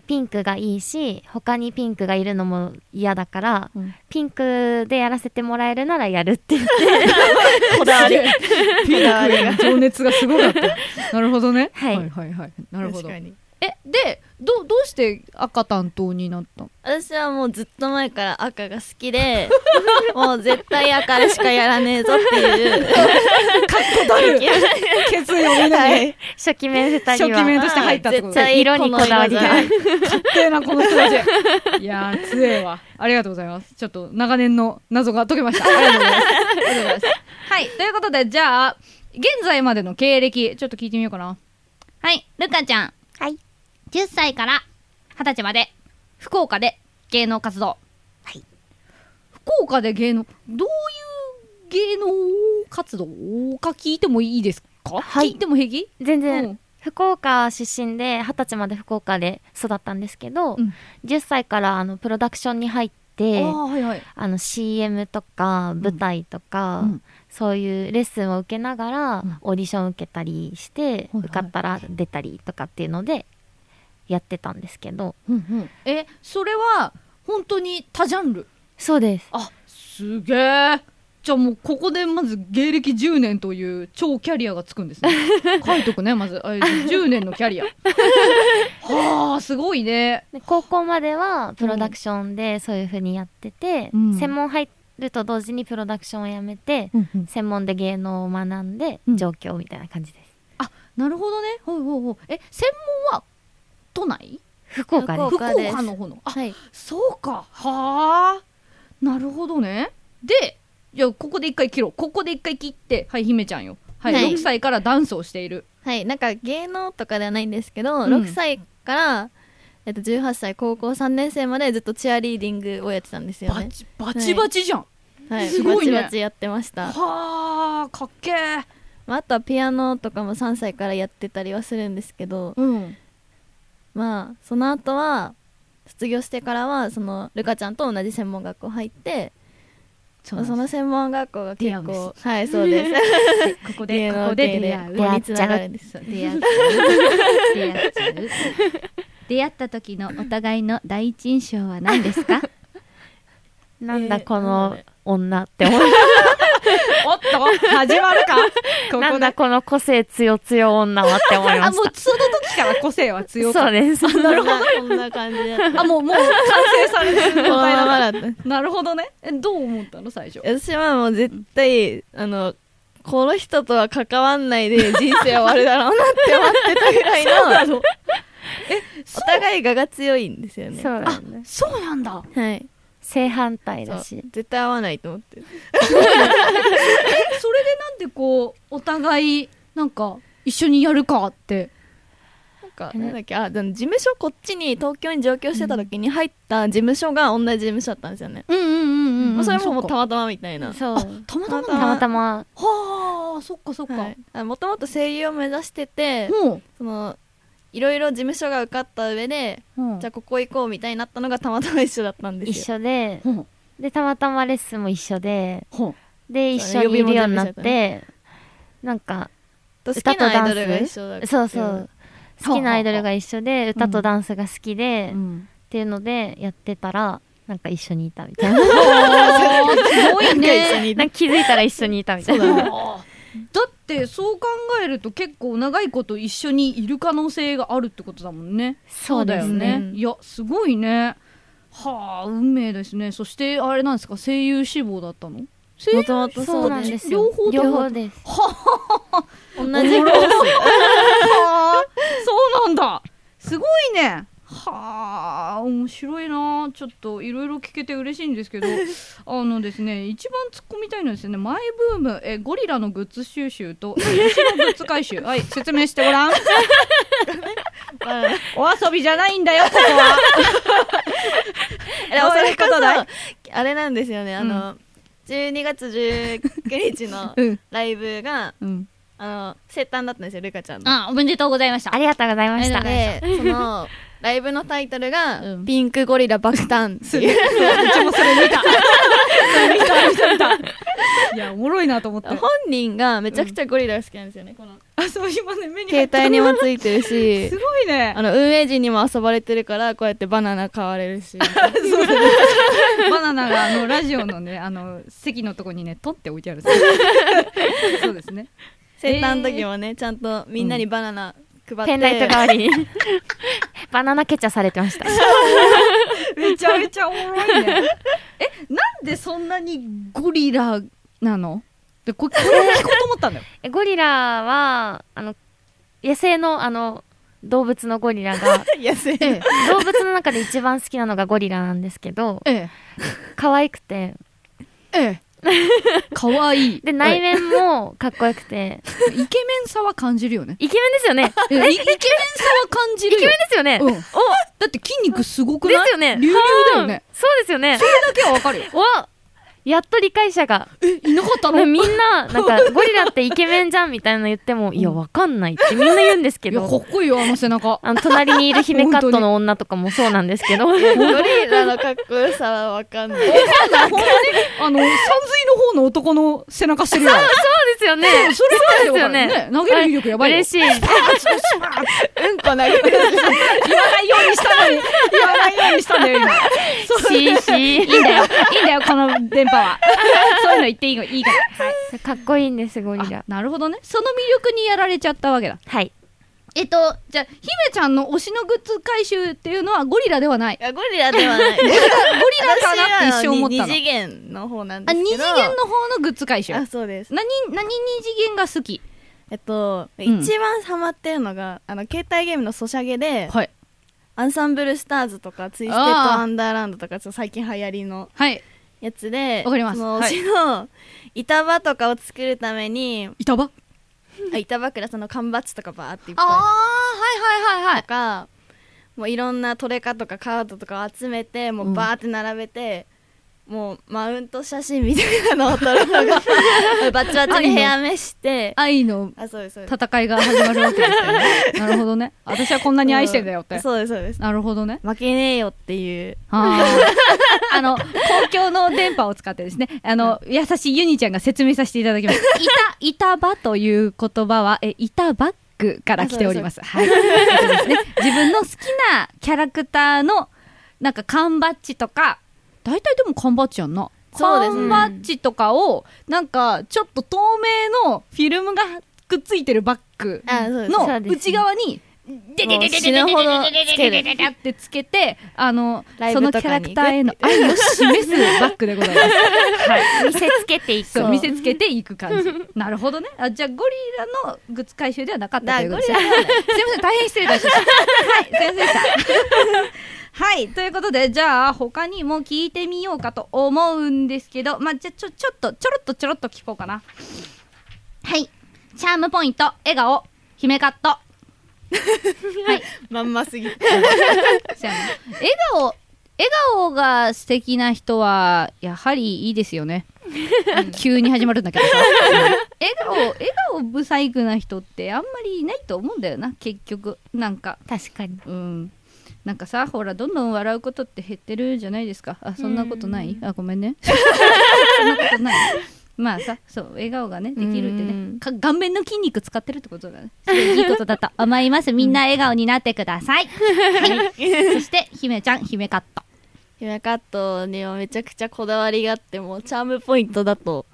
[SPEAKER 4] ピンクがいいし他にピンクがいるのも嫌だから、
[SPEAKER 2] うん
[SPEAKER 4] ピンクでやらせてもらえるならやる
[SPEAKER 2] <laughs>
[SPEAKER 4] って言って
[SPEAKER 2] こだわ <laughs> り。ピンクへの情熱がすごか <laughs> った。なるほどね。
[SPEAKER 4] はい
[SPEAKER 2] はいはいはい。な
[SPEAKER 5] あ
[SPEAKER 2] るほど。
[SPEAKER 5] 確か
[SPEAKER 2] え、
[SPEAKER 5] に。
[SPEAKER 2] で、どう、どうして赤担当になったの
[SPEAKER 5] 私はもうずっと前から赤が好きで、 <laughs> もう絶対赤でしかやらねえぞって
[SPEAKER 2] <laughs>
[SPEAKER 5] いう。。
[SPEAKER 2] 決意を見ない
[SPEAKER 4] 初期面2人は
[SPEAKER 2] 初期面として入ったってこと
[SPEAKER 5] 絶対
[SPEAKER 4] 色にこだわりが
[SPEAKER 5] この色じゃ
[SPEAKER 2] 定なこの数 <laughs> 字。いやー、強えわ。ありがとうございます。ちょっと長年の謎が解けました。ありがとうございます。ありがとうございます。はい。ということで、じゃあ、現在までの経歴、ちょっと聞いてみようかな。
[SPEAKER 3] はい、ルカちゃん。
[SPEAKER 4] はい。
[SPEAKER 3] 10歳から20歳まで、福岡で芸能活動。
[SPEAKER 2] 福岡で芸能、どういう芸能活動か聞いてもいいですか
[SPEAKER 4] はい
[SPEAKER 2] 聞いても平気
[SPEAKER 4] <laughs> 全然、
[SPEAKER 2] うん
[SPEAKER 4] 福岡出身で二十歳まで福岡で育ったんですけど、
[SPEAKER 2] うん
[SPEAKER 4] 10歳からあのプロダクションに入って
[SPEAKER 2] ああはいはい
[SPEAKER 4] あの CM とか舞台とか、
[SPEAKER 2] うん
[SPEAKER 4] そういうレッスンを受けながら
[SPEAKER 2] ん
[SPEAKER 4] オーディション受けたりして、
[SPEAKER 2] はい
[SPEAKER 4] 受かったら出たりとかっていうのでやってたんですけど
[SPEAKER 2] えそれは本当に多ジャンル
[SPEAKER 4] そうです
[SPEAKER 2] あすげえじゃあもうここでまず芸歴10年という超キャリアがつく
[SPEAKER 5] <laughs>
[SPEAKER 2] んですね書いとくねまずあ10年のキャリアはあすごいね
[SPEAKER 4] で高校まではプロダクションでそういうふうにやってて、
[SPEAKER 2] うん
[SPEAKER 4] 専門入ると同時にプロダクションをやめて、専門で芸能を学んで
[SPEAKER 2] うん
[SPEAKER 4] 上京みたいな感じです、
[SPEAKER 2] なるほどねほうほうほうえ専門は都内
[SPEAKER 4] 福岡です
[SPEAKER 5] 福岡です
[SPEAKER 2] 福岡の方のあ
[SPEAKER 5] はい。
[SPEAKER 2] そうかはあなるほどねでじゃあここで一回切ろうここで一回切ってはい姫ちゃんよはい、
[SPEAKER 5] はい
[SPEAKER 2] 6歳からダンスをしている
[SPEAKER 5] はい。なんか芸能とかではないんですけど、
[SPEAKER 2] うん
[SPEAKER 5] 6歳から、えっと、18歳、高校3年生までずっとチアリーディングをやってたんですよ
[SPEAKER 2] バ
[SPEAKER 5] ね。
[SPEAKER 2] チバチバチじゃん、
[SPEAKER 5] はい。
[SPEAKER 2] すごいね
[SPEAKER 5] バチバチやってました。
[SPEAKER 2] はあかっけえ
[SPEAKER 5] まあ、あとはピアノとかも3歳からやってたりはするんですけど、
[SPEAKER 2] うん
[SPEAKER 5] まあその後は卒業してからはそのルカちゃんと同じ専門学校入ってそう
[SPEAKER 2] そなんです
[SPEAKER 5] の専門学校が結
[SPEAKER 2] 出会うん
[SPEAKER 5] 構はいそうです
[SPEAKER 2] <laughs> ここ
[SPEAKER 5] 芸
[SPEAKER 2] でこ
[SPEAKER 5] 能
[SPEAKER 2] こで
[SPEAKER 5] 系
[SPEAKER 2] 出会
[SPEAKER 5] <laughs>
[SPEAKER 2] う
[SPEAKER 5] ここにつながるんです
[SPEAKER 2] 出会う出会っちゃう出会った時のお互いの第一印象は何ですか
[SPEAKER 4] なんだ
[SPEAKER 5] えー
[SPEAKER 4] この女って思っ
[SPEAKER 3] おっと始まるか <laughs> こ
[SPEAKER 4] な
[SPEAKER 3] こ
[SPEAKER 4] んだ
[SPEAKER 3] で
[SPEAKER 4] この個性強強女はって思い
[SPEAKER 3] <laughs> あ
[SPEAKER 4] まし
[SPEAKER 3] もう
[SPEAKER 4] た。
[SPEAKER 3] その時から個性は強か
[SPEAKER 4] そう
[SPEAKER 3] った
[SPEAKER 4] です。
[SPEAKER 5] なるほど。こんな感じで。
[SPEAKER 2] <laughs>
[SPEAKER 3] あもうもう完成されて
[SPEAKER 5] <laughs> こ
[SPEAKER 3] る状
[SPEAKER 5] の
[SPEAKER 3] 態
[SPEAKER 5] まま
[SPEAKER 3] だか
[SPEAKER 5] だ
[SPEAKER 3] ら
[SPEAKER 5] った。
[SPEAKER 3] <laughs> なるほどねえどう思ったの最初
[SPEAKER 5] 私はもう絶対、あの、この人とは関わんないで人生終わるだろうなって思ってたぐらいの、
[SPEAKER 3] の
[SPEAKER 5] お互い我が強いんですよね。
[SPEAKER 4] そうなんです。
[SPEAKER 3] そうなんだ
[SPEAKER 5] はい。
[SPEAKER 4] 正反対
[SPEAKER 5] そう
[SPEAKER 4] だし。
[SPEAKER 5] 絶対合わないと思って。
[SPEAKER 3] それでなんでこうお互いなんか一緒にやるかって
[SPEAKER 5] なんか、なんだっけ、あ、でも事務所こっちに東京に上京してた時に入った事務所が同じ事務所だったんですよね。
[SPEAKER 3] うんうんうん
[SPEAKER 5] もうそれももうた
[SPEAKER 3] た
[SPEAKER 5] またまみたいな。
[SPEAKER 4] そう。
[SPEAKER 3] たまたま
[SPEAKER 5] た
[SPEAKER 4] たまたま。
[SPEAKER 3] はあそっかそっか、
[SPEAKER 5] はいあもともと声優を目指してて、
[SPEAKER 3] も
[SPEAKER 5] その、いろいろ事務所が受かった上で、
[SPEAKER 3] う、うん
[SPEAKER 5] じゃあここ行こうみたいになったのがたまたま一緒だったんですよ。
[SPEAKER 4] 一緒で、
[SPEAKER 3] ほん
[SPEAKER 4] で、たまたまレッスンも一緒で、
[SPEAKER 3] ほん
[SPEAKER 4] で、一緒にいるようになって、なんか、
[SPEAKER 5] と好きなアイドルが一緒だから
[SPEAKER 4] そうそう。好きなアイドルが一緒で、
[SPEAKER 3] は
[SPEAKER 4] 歌とダンスが好きで、
[SPEAKER 3] うん
[SPEAKER 4] っていうのでやってたら、なんか一緒にいたみたいな。
[SPEAKER 3] あーすごいね
[SPEAKER 4] なんか気づいたら一緒にいたみたいな。
[SPEAKER 3] あー <laughs> だってそう考えると結構長いこと一緒にいる可能性があるってことだもんね
[SPEAKER 4] そうだよね。
[SPEAKER 5] ね
[SPEAKER 3] いやすごいねはあ運命ですねそしてあれなんですか声優志望だったの声優
[SPEAKER 5] もとも
[SPEAKER 4] <laughs>
[SPEAKER 5] と
[SPEAKER 4] そ
[SPEAKER 5] そうう
[SPEAKER 4] なん
[SPEAKER 5] で
[SPEAKER 4] ですすよ。
[SPEAKER 3] 両方とも
[SPEAKER 4] 両方です。
[SPEAKER 5] 同じコー
[SPEAKER 3] はあ <laughs> そうなんだすごいねはあ面白いなちょっといろいろ聞けて嬉しいんです <laughs> けどあのですね一番突っ込みたいのはですねマイブームえゴリラのグッズ収集とえ虫のグッズ回収はい説明してごらん <laughs> お遊びじゃないんだよここは
[SPEAKER 5] スでもそれこそ <laughs> あれなんですよねあ
[SPEAKER 3] うん
[SPEAKER 5] の、12月19日の
[SPEAKER 3] <laughs> うん
[SPEAKER 5] ライブが
[SPEAKER 3] うん
[SPEAKER 5] あの生誕だったんですよルカちゃんの
[SPEAKER 2] あおめでとうございました
[SPEAKER 4] ありがとうございました。
[SPEAKER 5] でそのライブのタイトルが、
[SPEAKER 3] うん
[SPEAKER 5] ピンクゴリラ爆誕っていう
[SPEAKER 3] うちも <laughs> それ見た見た見た見たいやおもろいなと思って
[SPEAKER 5] <laughs> 本人がめちゃくちゃゴリラが好きなんですよね、この
[SPEAKER 3] あそう今ね目に入っ
[SPEAKER 5] 携
[SPEAKER 3] た
[SPEAKER 5] 帯にもついてるし <laughs>
[SPEAKER 3] すごいね
[SPEAKER 5] あの運営陣にも遊ばれてるからこうやってバナナ買われ <laughs> るし
[SPEAKER 3] そうだねバナナがあのラジオのねあの席のとこにね取って置いてあるそうですね
[SPEAKER 5] 生誕の時もねちゃんとみんなにバナナ配って、
[SPEAKER 4] ペンライト代わりにバナナケチャされてました。
[SPEAKER 3] めちゃめちゃおもろいねえなんでそんなにゴリラなのでここれを聞こうと思ったんだよ
[SPEAKER 4] <laughs> えゴリラは、あの、野生の、あの、動物のゴリラが、
[SPEAKER 5] <laughs> 野生
[SPEAKER 3] ええ
[SPEAKER 4] 動物の中で一番好きなのがゴリラなんですけど、
[SPEAKER 3] ええ
[SPEAKER 4] 可愛くて、
[SPEAKER 3] ええかわいい
[SPEAKER 4] で、内面もかっこよくて、
[SPEAKER 3] イケメンさは感じるよね
[SPEAKER 4] イケメンですよね。
[SPEAKER 3] えイイケメンさは感じ
[SPEAKER 4] イケ
[SPEAKER 3] る
[SPEAKER 4] メン
[SPEAKER 3] よ
[SPEAKER 4] ですよね。
[SPEAKER 3] うん、だって筋肉すごく
[SPEAKER 4] で
[SPEAKER 3] ない
[SPEAKER 4] すよね。
[SPEAKER 3] 流々だよね
[SPEAKER 4] うんそうですよね。
[SPEAKER 3] それだけはわかるよ
[SPEAKER 4] おやっと理解者が。
[SPEAKER 3] えいなかったの
[SPEAKER 4] みんな、なんか、ゴリラってイケメンじゃんみたいなの言っても、いや、わかんないってみんな言うんですけ
[SPEAKER 3] いやか
[SPEAKER 4] ど、
[SPEAKER 3] っこいいよあの背中
[SPEAKER 4] あの、隣にいるヒメカットの女とかもそうなんですけど、
[SPEAKER 5] ゴリラのかっこよさはわかんない。
[SPEAKER 3] ほんまにあの、山水の方の男の背中してるよ。
[SPEAKER 4] そうですよね。
[SPEAKER 3] それまで
[SPEAKER 4] そうです
[SPEAKER 3] よ
[SPEAKER 4] よ
[SPEAKER 3] ね
[SPEAKER 4] ね
[SPEAKER 3] ね。投げる威力やばいよ。
[SPEAKER 4] 嬉しい。
[SPEAKER 5] うんこ投げてる。
[SPEAKER 3] 言わないようにしたのに。言わないようにしたんだよ、今。
[SPEAKER 4] しーし
[SPEAKER 3] いいんだよ。いいんだよ、この電波は。 <laughs> そういうの言っていいのいいから。
[SPEAKER 4] ー。かっこいいんです、ゴリラ
[SPEAKER 3] あ。なるほどね。その魅力にやられちゃったわけだ。
[SPEAKER 4] はい。
[SPEAKER 3] えっと、じゃあ、姫ちゃんの推しのグッズ回収っていうのはゴリラではない。
[SPEAKER 5] いや、ゴリラでは
[SPEAKER 3] <laughs>
[SPEAKER 5] ない。ゴリ
[SPEAKER 3] ゴリラかなって一生思った
[SPEAKER 5] 二
[SPEAKER 3] の
[SPEAKER 5] 次。元の方なん
[SPEAKER 3] あ、
[SPEAKER 5] です
[SPEAKER 3] 二
[SPEAKER 5] け
[SPEAKER 3] 次
[SPEAKER 5] ど。
[SPEAKER 3] 元の方のグッズ回収。
[SPEAKER 5] あ、
[SPEAKER 3] 何、
[SPEAKER 5] そうです。
[SPEAKER 3] 何二次元が好き
[SPEAKER 5] えっと、
[SPEAKER 3] ん
[SPEAKER 5] 一番ハマってるのが、あの、携帯ゲームのソシャゲで、
[SPEAKER 3] はい。
[SPEAKER 5] アンサンブルスターズとか、ツイステッド
[SPEAKER 3] あー
[SPEAKER 5] アンダーランドとか、ちょっと最近流行りの
[SPEAKER 3] はい。
[SPEAKER 5] やつで、
[SPEAKER 3] わかります
[SPEAKER 5] その、
[SPEAKER 3] は
[SPEAKER 5] う
[SPEAKER 3] い
[SPEAKER 5] ちの、板場とかを作るために、
[SPEAKER 3] 板場
[SPEAKER 5] あ板場からその缶バッジとかバーっていっ
[SPEAKER 3] あ
[SPEAKER 5] ぱい。
[SPEAKER 3] あ、はいはいはいはい
[SPEAKER 5] と。か、もういろんなトレカとかカードとかを集めてもうバーって並べて、もうマウント写真みたいなのを撮るの <laughs> がバチバチに部屋めして
[SPEAKER 3] 愛の
[SPEAKER 5] あそうですそうです
[SPEAKER 3] 戦いが始まるわけですよ <laughs> ね。なるほどね。私はこんなに愛してんだよって。
[SPEAKER 5] そうですそうです
[SPEAKER 3] なるほどね。
[SPEAKER 5] 負けねえよっていう
[SPEAKER 3] あーあの、公共の電波を使ってですね、あの、優しいユニちゃんが説明させていただきます。いた、板場という言葉は、え、板ばクから来ております。はい。そうですね自分の好きなキャラクターの、なんか缶バッジとか、大体でも缶バッジやんな。
[SPEAKER 5] そうですね
[SPEAKER 3] 缶バッジとかを、なんか、ちょっと透明のフィルムがくっついてるバッグ
[SPEAKER 5] あそうです
[SPEAKER 4] そ
[SPEAKER 3] の
[SPEAKER 4] うですね
[SPEAKER 3] 内側に、でででででででででで
[SPEAKER 2] <laughs>
[SPEAKER 3] でででってつけて、あの、
[SPEAKER 5] ライ
[SPEAKER 3] そ
[SPEAKER 5] ブ
[SPEAKER 3] の
[SPEAKER 5] と
[SPEAKER 3] キ
[SPEAKER 5] かに
[SPEAKER 3] ャラクターへの愛を示すバッグでございます。はい。
[SPEAKER 4] 見せつけていく
[SPEAKER 3] そう見せつけていく感 <laughs> じなるほどねあじゃあゴリラのグッズ回収ではなかったということですね
[SPEAKER 5] な
[SPEAKER 3] すいません大変失礼いたしました <laughs> はいすいませんでしたはいということでじゃあ他にも聞いてみようかと思うんですけどまあじゃあちょちょっとちょろっとちょろっと聞こうかなはいチャームポイント笑顔姫カット
[SPEAKER 5] まんます <laughs> ぎて
[SPEAKER 3] そうやな笑顔笑顔が素敵な人はやはりいいです
[SPEAKER 5] <laughs>
[SPEAKER 3] よね、急に始まるんだけどさ笑顔笑顔不細工な人ってあんまりいないと思うんだよな結局なんか
[SPEAKER 4] 確かに
[SPEAKER 3] うんなんかさほらどんどん笑うことって減ってるじゃないですかあそんなことないあご
[SPEAKER 5] <laughs>
[SPEAKER 3] めんねそんなことないまあさそう笑顔がねできるって
[SPEAKER 5] う
[SPEAKER 3] ね
[SPEAKER 5] ん
[SPEAKER 3] か顔面の筋肉使ってるってことだねすごいいいことだと思いますみんな笑顔になってください、はい、そして姫ちゃん姫カット
[SPEAKER 5] 姫カットにはめちゃくちゃこだわりがあってもうチャームポイントだと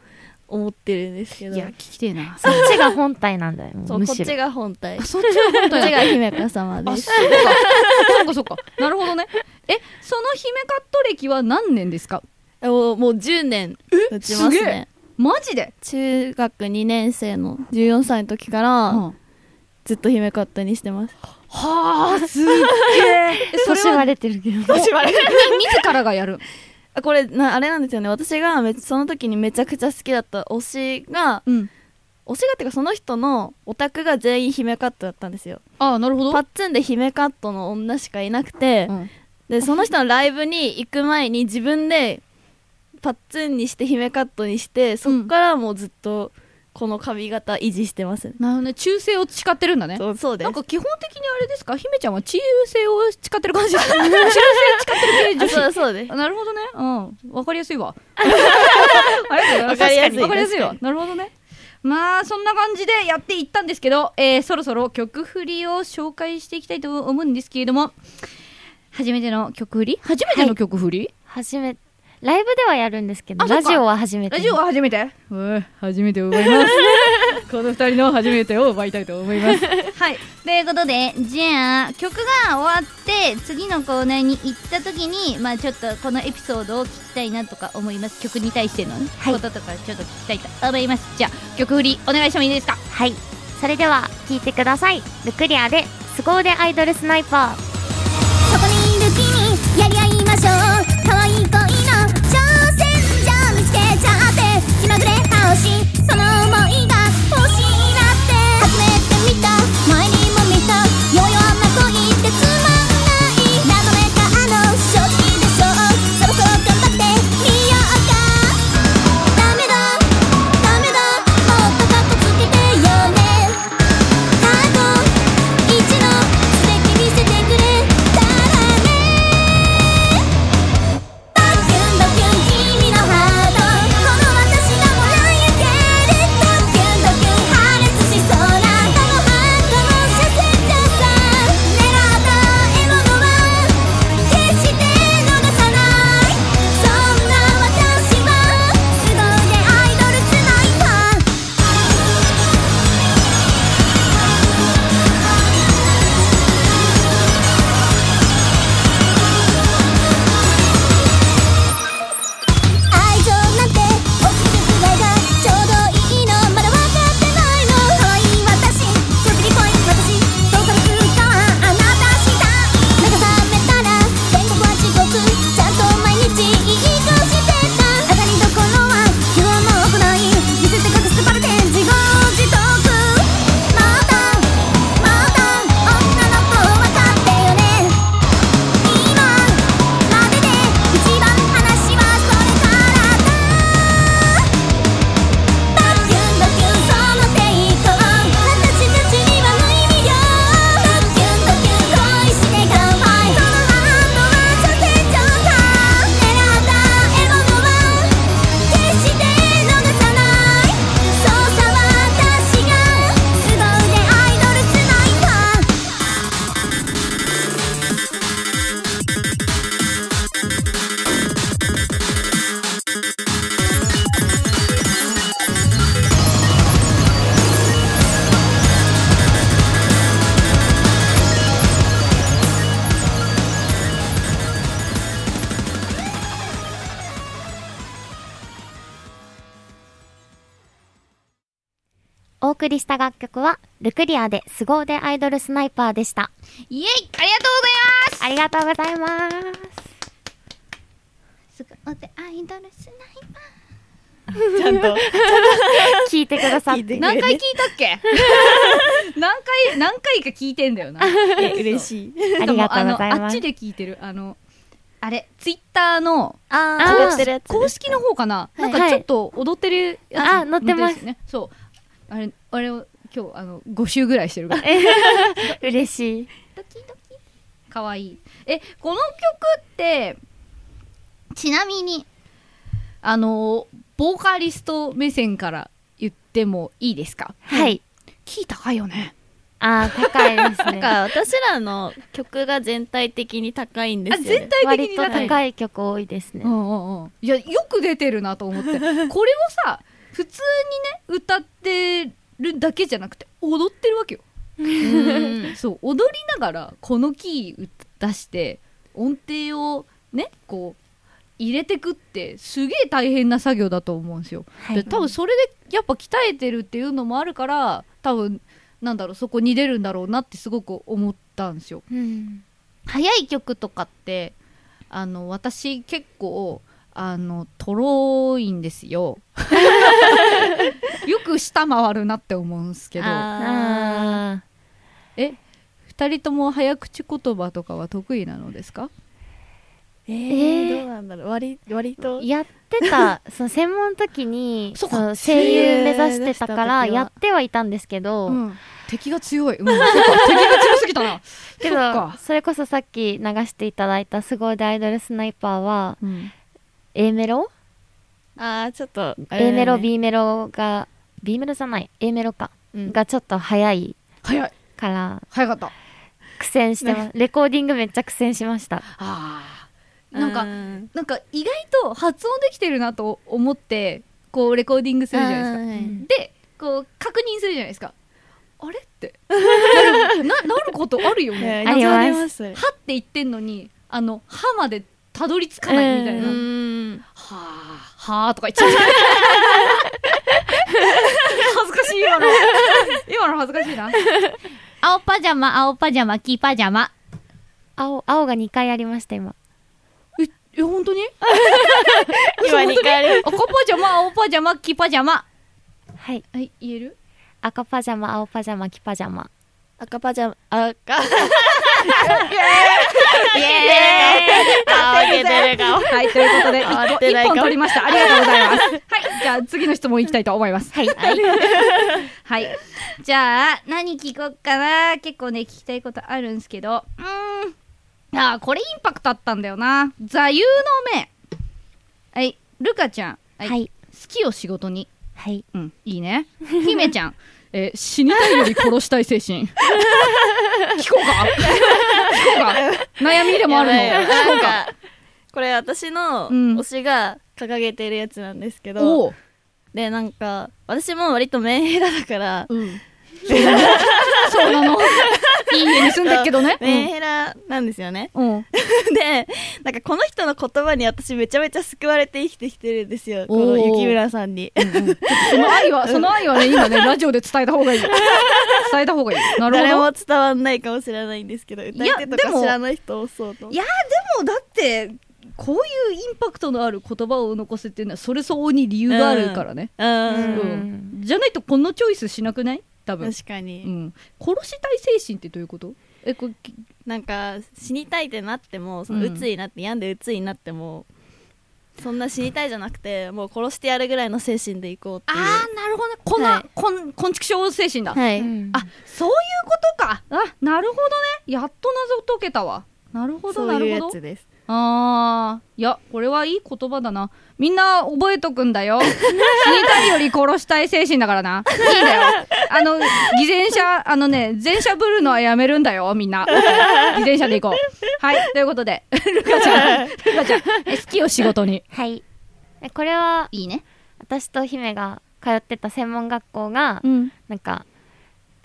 [SPEAKER 5] 思ってるんですけど
[SPEAKER 3] 聞きてえな
[SPEAKER 4] そっちが本体なんだよ
[SPEAKER 5] そう
[SPEAKER 4] む
[SPEAKER 5] こっ
[SPEAKER 4] し
[SPEAKER 5] ち
[SPEAKER 4] ろ
[SPEAKER 5] が本体こ
[SPEAKER 3] そっちは本当
[SPEAKER 5] っち
[SPEAKER 3] や <laughs>
[SPEAKER 5] が姫香様
[SPEAKER 3] あ
[SPEAKER 5] で
[SPEAKER 3] そう
[SPEAKER 5] す
[SPEAKER 3] かそうかそうかなるほどねえその姫カット歴は何年ですか
[SPEAKER 5] もうもう10年経ちます
[SPEAKER 3] すげえ
[SPEAKER 5] ね
[SPEAKER 3] マジで、
[SPEAKER 5] 中学2年生の14歳の時から、
[SPEAKER 3] うん
[SPEAKER 5] ずっと姫カットにしてます
[SPEAKER 3] はあすっげ
[SPEAKER 4] <laughs>
[SPEAKER 3] えそれ
[SPEAKER 4] 年
[SPEAKER 3] は
[SPEAKER 4] 割れてるけど
[SPEAKER 3] おみ <laughs> 自らがやる。
[SPEAKER 5] あ <laughs> これなあれなんですよね私がめその時にめちゃくちゃ好きだった推しが
[SPEAKER 3] うん。
[SPEAKER 5] 推しがっていうかその人のオタクが全員姫カットだったんですよ
[SPEAKER 3] ああ、なるほど。
[SPEAKER 5] パッツンで姫カットの女しかいなくて、
[SPEAKER 3] うん
[SPEAKER 5] でその人のライブに行く前に自分でパッツンにして姫カットにしてそっからもうずっとこの髪型維持してますね、
[SPEAKER 3] なるほどね。忠誠を誓ってるんだね。
[SPEAKER 5] そうそうです
[SPEAKER 3] なんか基本的にあれですか姫ちゃんは忠誠を誓ってる <laughs> 感じですか忠誠を誓ってる系
[SPEAKER 5] あそ
[SPEAKER 3] 女
[SPEAKER 5] うそうです
[SPEAKER 3] 子。なるほどね。うん。わかりやすいわ。 <laughs> ありがとうございます。わ
[SPEAKER 5] わ
[SPEAKER 3] か
[SPEAKER 5] か
[SPEAKER 3] り
[SPEAKER 5] り
[SPEAKER 3] や
[SPEAKER 5] や
[SPEAKER 3] す
[SPEAKER 5] す
[SPEAKER 3] い
[SPEAKER 5] い
[SPEAKER 3] わ。なるほどね。まあ、そんな感じでやっていったんですけど、えーそろそろ曲振りを紹介していきたいと思うんですけれども、初めての曲振り初めての曲振り、
[SPEAKER 4] 初めライブではやるんですけど
[SPEAKER 3] あそっ
[SPEAKER 4] ラ
[SPEAKER 3] か
[SPEAKER 4] ジオは初めて
[SPEAKER 3] ラジオは初めて初めてを奪います <laughs> この二人の初めてを奪いたいと思います
[SPEAKER 2] はい。ということで、じゃあ、曲が終わって、次のコーナーに行った時に、まあちょっとこのエピソードを聞きたいなとか思います。曲に対してのね、
[SPEAKER 4] はい
[SPEAKER 2] こととかちょっと聞きたいと思います。じゃあ、曲振りお願いしてもいいですか
[SPEAKER 4] はいそれでは聴いてくださいルクリアで凄腕アイドルスナイパー
[SPEAKER 7] そこにいる君やり合いましょう可愛い恋の挑戦者見つけちゃって気まぐれ倒しその想いが欲しいなって集めてみた前にも見た弱々な恋ってつまんない謎めかあの正直でしょそろそろ頑張ってみようかダメだダメだもっとカッコつけてよね過去一の素敵見せてくれたらねバキュンバキュン君のハートこの私がもらえて
[SPEAKER 4] 送りした楽曲は、ルクリアで凄腕アイドルスナイパーでした。
[SPEAKER 2] イエイ
[SPEAKER 4] ありがとうございます。
[SPEAKER 8] すごいアイドルスナイ
[SPEAKER 5] ちゃんと
[SPEAKER 4] 聞いてくださっ
[SPEAKER 5] 聞いて
[SPEAKER 4] て。
[SPEAKER 5] くれ
[SPEAKER 3] 何
[SPEAKER 5] て
[SPEAKER 3] 回聞いたっけ何回、 <laughs> 何回か聞いてんだ <laughs> よな。
[SPEAKER 5] え嬉しい
[SPEAKER 4] ありがとうござい
[SPEAKER 3] あのあ
[SPEAKER 4] ま
[SPEAKER 3] っ
[SPEAKER 4] す
[SPEAKER 3] ち。で聞いてる。あの、あれ、ツイッターの
[SPEAKER 5] あ
[SPEAKER 4] ー
[SPEAKER 5] あやってるやつ
[SPEAKER 3] 公式の方かな、
[SPEAKER 4] はい
[SPEAKER 3] なんかちょっと踊ってるやつ、
[SPEAKER 4] はいあ載ってます
[SPEAKER 3] 載よね。そう。あれ、あれを今日、あの、5週ぐらいして
[SPEAKER 4] <laughs>
[SPEAKER 3] るから。
[SPEAKER 4] 嬉しい。
[SPEAKER 3] かわいい。え、この曲って、ちなみに、あの、ボーカリスト目線から言ってもいいですか
[SPEAKER 4] はい。
[SPEAKER 3] キー高いよね。
[SPEAKER 4] あー、高いです
[SPEAKER 5] なん
[SPEAKER 4] ね。
[SPEAKER 5] か私らの曲が全体的に高いんです
[SPEAKER 3] あ、
[SPEAKER 5] よ、ね、
[SPEAKER 3] 全体的
[SPEAKER 4] 割
[SPEAKER 3] に
[SPEAKER 4] と
[SPEAKER 3] 高い。
[SPEAKER 4] 高い曲多いですね
[SPEAKER 3] う。んうんうん。いや、よく出てるなと思って。これをさ、普通にね、歌ってるだけじゃなくて、踊ってるわけよ。
[SPEAKER 5] <laughs>
[SPEAKER 3] そう、踊りながら、このキー出して、音程をね、こう、入れてくって、すげえ大変な作業だと思うんですよ。
[SPEAKER 4] はい
[SPEAKER 3] で多分それでやっぱ鍛えてるっていうのもあるから多分なんだろうそこに出るんだろうなってすごく思ったんですよ。
[SPEAKER 4] うん。
[SPEAKER 3] 速い曲とかってあの私結構あのとろいんですよ。 <laughs> よく下回るなって思うんですけど
[SPEAKER 5] あ
[SPEAKER 4] あ
[SPEAKER 3] え二人とも早口言葉とかは得意なのですか
[SPEAKER 5] ーえ
[SPEAKER 4] えー
[SPEAKER 5] どうなんだろう割割と
[SPEAKER 4] ーやって
[SPEAKER 3] <laughs>
[SPEAKER 4] た、その専門の時に、そ
[SPEAKER 3] そ
[SPEAKER 4] う
[SPEAKER 3] か
[SPEAKER 4] の声優目指してたか
[SPEAKER 5] 声優目指した
[SPEAKER 4] ら、
[SPEAKER 5] 時は
[SPEAKER 4] やってはいたんですけど、
[SPEAKER 3] うん敵が強い、うん、そうか敵が強すぎたな。
[SPEAKER 4] け
[SPEAKER 3] そ
[SPEAKER 4] ど
[SPEAKER 3] っか、
[SPEAKER 4] それこそさっき流していただいた凄腕アイドルスナイパーは、
[SPEAKER 3] うん、
[SPEAKER 4] A メロ
[SPEAKER 5] あーちょっとあれだよ
[SPEAKER 4] A
[SPEAKER 5] ね
[SPEAKER 4] メロ B メロが B メロじゃない A メロか、
[SPEAKER 5] うん
[SPEAKER 4] がちょっと早い
[SPEAKER 3] 早い
[SPEAKER 4] から
[SPEAKER 3] 早かった。
[SPEAKER 4] 苦戦してますレコーディングめっちゃ苦戦しました
[SPEAKER 3] あー
[SPEAKER 5] な
[SPEAKER 3] な
[SPEAKER 5] んん
[SPEAKER 3] か
[SPEAKER 5] か。
[SPEAKER 3] なんか意外と発音できてるなと思ってこうレコーディングするじゃないですか、でこう確認するじゃないですかあれってなるななることあるよね
[SPEAKER 4] あります
[SPEAKER 3] はって言ってんのにあの「は」までたどり着かないみたいな「
[SPEAKER 5] う
[SPEAKER 4] う
[SPEAKER 5] ん。
[SPEAKER 3] はあはあ」とか言っちゃう恥ずかしい今の今の恥ずかしいな
[SPEAKER 2] 青パジャマ、青パジャマ、黄パジャマ。
[SPEAKER 4] 青青が2回ありました今
[SPEAKER 3] ええ本当に
[SPEAKER 5] 今二回ある。
[SPEAKER 3] 赤パジャマ青パジャマ黄パジャマ
[SPEAKER 4] はい
[SPEAKER 3] はい言える
[SPEAKER 4] 赤パジャマ青パジャマ黄パジャマ
[SPEAKER 5] 赤パジャマ、赤。
[SPEAKER 3] イエーイ
[SPEAKER 5] あー、あげてる顔。
[SPEAKER 3] はい、ということで、
[SPEAKER 5] 慌
[SPEAKER 3] 一
[SPEAKER 5] て
[SPEAKER 3] 本
[SPEAKER 5] ないか
[SPEAKER 3] 一本取りました。ありがとうござい
[SPEAKER 5] <laughs>
[SPEAKER 3] ます。はい、じゃあ次の質問いきたいと思います。
[SPEAKER 2] はい。はい。じゃあ、何聞こっかな。結構ね、聞きたいことあるんすけど。うーん。あー、これインパクトあったんだよな。座右の銘。はい。ルカちゃん。は。
[SPEAKER 4] はいい
[SPEAKER 3] 好きを仕事に。
[SPEAKER 4] はい
[SPEAKER 3] うん、いいね。姫ちゃん。えー死にたいより殺したい精神。
[SPEAKER 5] <laughs>
[SPEAKER 3] 聞こうか聞
[SPEAKER 5] <laughs>
[SPEAKER 3] こうか悩みでもあるの。
[SPEAKER 5] やばい
[SPEAKER 3] 聞こうか
[SPEAKER 5] なんか、これ私の
[SPEAKER 3] うん
[SPEAKER 5] 推しが掲げてるやつなんですけど、
[SPEAKER 3] おう。
[SPEAKER 5] で、なんか、私も割とメンヘラだから、
[SPEAKER 3] うん。そうなの。いい家に住んでっけどね。
[SPEAKER 5] メンヘラなんですよね。
[SPEAKER 3] うん。うん。
[SPEAKER 5] で、なんかこの人の言葉に私めちゃめちゃ救われて生きてきてるんですよ。こ
[SPEAKER 3] お
[SPEAKER 5] の
[SPEAKER 3] ー
[SPEAKER 5] 雪村さんに。
[SPEAKER 3] その愛は、その愛はね、今ね、ラジオで伝えた方がいい。伝えた方がいい。なる
[SPEAKER 5] 誰
[SPEAKER 3] ほど。
[SPEAKER 5] も伝わんないかもしれないんですけど、歌い手と
[SPEAKER 3] で
[SPEAKER 5] か
[SPEAKER 3] も
[SPEAKER 5] 知らない人多そうと思って。
[SPEAKER 3] や、でもだって、こういうインパクトのある言葉を残すっていうのは、それ相応に理由があるからね。
[SPEAKER 5] うん
[SPEAKER 3] う
[SPEAKER 4] うん
[SPEAKER 3] ん。じゃないと、このチョイスしなくない多分。
[SPEAKER 5] 確かに。
[SPEAKER 3] うん。殺したい精神ってどういうことえ、これ、き
[SPEAKER 5] なんか死にたいってなってもそうの
[SPEAKER 3] ん
[SPEAKER 5] 鬱になって病んで鬱になっても、そんな死にたいじゃなくてもう殺してやるぐらいの精神でいこうっていう
[SPEAKER 3] あー、なるほどね。こん
[SPEAKER 5] は
[SPEAKER 3] な、
[SPEAKER 5] い
[SPEAKER 3] こん、こんちくしょう精神だ。
[SPEAKER 5] はい、
[SPEAKER 4] うん
[SPEAKER 3] あ、そういうことか。あ、なるほどね。やっと謎解けたわ。なるほど、
[SPEAKER 5] そ
[SPEAKER 3] な
[SPEAKER 5] ういう
[SPEAKER 3] る
[SPEAKER 5] や
[SPEAKER 3] ほど。
[SPEAKER 5] つです
[SPEAKER 3] あーいやこれはいい言葉だなみんな覚えとくん
[SPEAKER 5] <laughs>
[SPEAKER 3] だよ死にたいより殺したい精神だからないいんだよあの偽善者あのね前者ぶるのはやめるんだよみんな偽善者でいこうはいということでルカちゃんルカちゃんえ好きを仕事に
[SPEAKER 4] はいえこれはい
[SPEAKER 2] いね。
[SPEAKER 4] 私と姫が通ってた専門学校が、
[SPEAKER 3] うん
[SPEAKER 4] なんか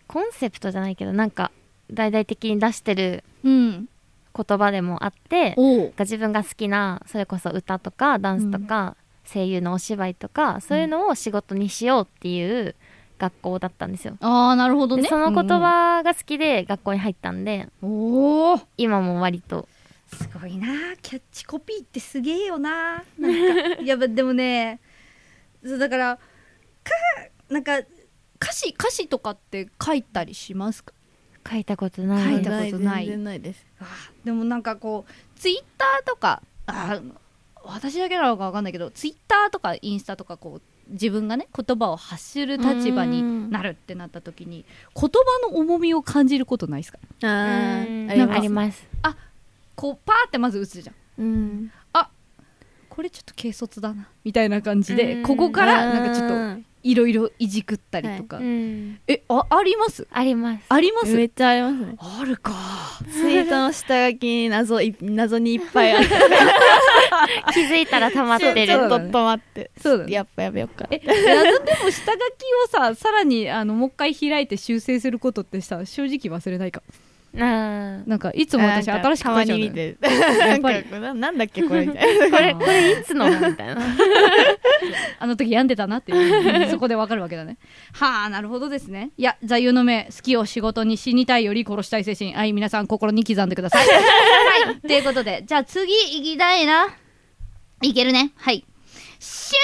[SPEAKER 4] コンセプトじゃないけどなんか大々的に出してる
[SPEAKER 2] うん。
[SPEAKER 4] 言葉でもあって
[SPEAKER 3] おう
[SPEAKER 4] が自分が好きなそれこそ歌とかダンスとか、声優のお芝居とかそういうのを仕事にしようっていう学校だったんですよ。
[SPEAKER 3] ああ、なるほど
[SPEAKER 4] で
[SPEAKER 3] ね。
[SPEAKER 4] その言葉が好きで学校に入ったんで、
[SPEAKER 3] おお
[SPEAKER 4] 今も割と
[SPEAKER 3] すごいなキャッチコピーってすげえよななん <laughs> かいやばでもねそうだからかなんか歌詞歌詞とかって書いたりしますか
[SPEAKER 4] 書いたことない
[SPEAKER 3] 書いたことない
[SPEAKER 5] 全然ないです
[SPEAKER 3] でもなんかこうツイッターとかあー私だけなのかわかんないけどツイッターとかインスタとかこう自分がね言葉を発する立場になるってなった時に言葉の重みを感じることないですか
[SPEAKER 5] あ
[SPEAKER 4] う
[SPEAKER 5] ー
[SPEAKER 4] ん
[SPEAKER 5] あり
[SPEAKER 4] あ
[SPEAKER 5] ます
[SPEAKER 4] ります
[SPEAKER 3] こうパーってまず打つじゃん
[SPEAKER 5] うん
[SPEAKER 3] これちょっと軽率だなみたいな感じ
[SPEAKER 4] う
[SPEAKER 3] で
[SPEAKER 4] ん
[SPEAKER 3] ここからなんかちょっと
[SPEAKER 5] うん
[SPEAKER 3] いろいろいじくったりとか、
[SPEAKER 4] うん
[SPEAKER 3] えああります
[SPEAKER 4] あります
[SPEAKER 3] あります
[SPEAKER 5] めっちゃありますね
[SPEAKER 3] あるか
[SPEAKER 5] ツイートの下書きに謎い謎にいっぱいあ
[SPEAKER 3] <laughs>
[SPEAKER 5] って
[SPEAKER 4] 気づいたら溜まって
[SPEAKER 5] ちょっ
[SPEAKER 4] る
[SPEAKER 5] と止まって
[SPEAKER 3] そうだね
[SPEAKER 5] やっぱやめようか
[SPEAKER 3] え謎でも下書きをささらにあのもう一回開いて修正することってさ正直忘れないか
[SPEAKER 4] うん
[SPEAKER 3] なんかいつも私
[SPEAKER 5] なんか
[SPEAKER 3] 新しく書いちゃうんだよね
[SPEAKER 5] たまに見て
[SPEAKER 3] や
[SPEAKER 5] な
[SPEAKER 3] っ
[SPEAKER 5] ん
[SPEAKER 3] ぱ
[SPEAKER 5] か
[SPEAKER 3] り
[SPEAKER 5] ななんだっけこれみたいな
[SPEAKER 4] これこれいつのみたいな
[SPEAKER 3] あの時病んでたなって <laughs> いうそこでわかるわけだねはあなるほどですねいや座右の銘好きを仕事に死にたいより殺したい精神はい皆さん心に刻んでくださいはい <laughs> ということでじゃあ次行きたいないけるねはい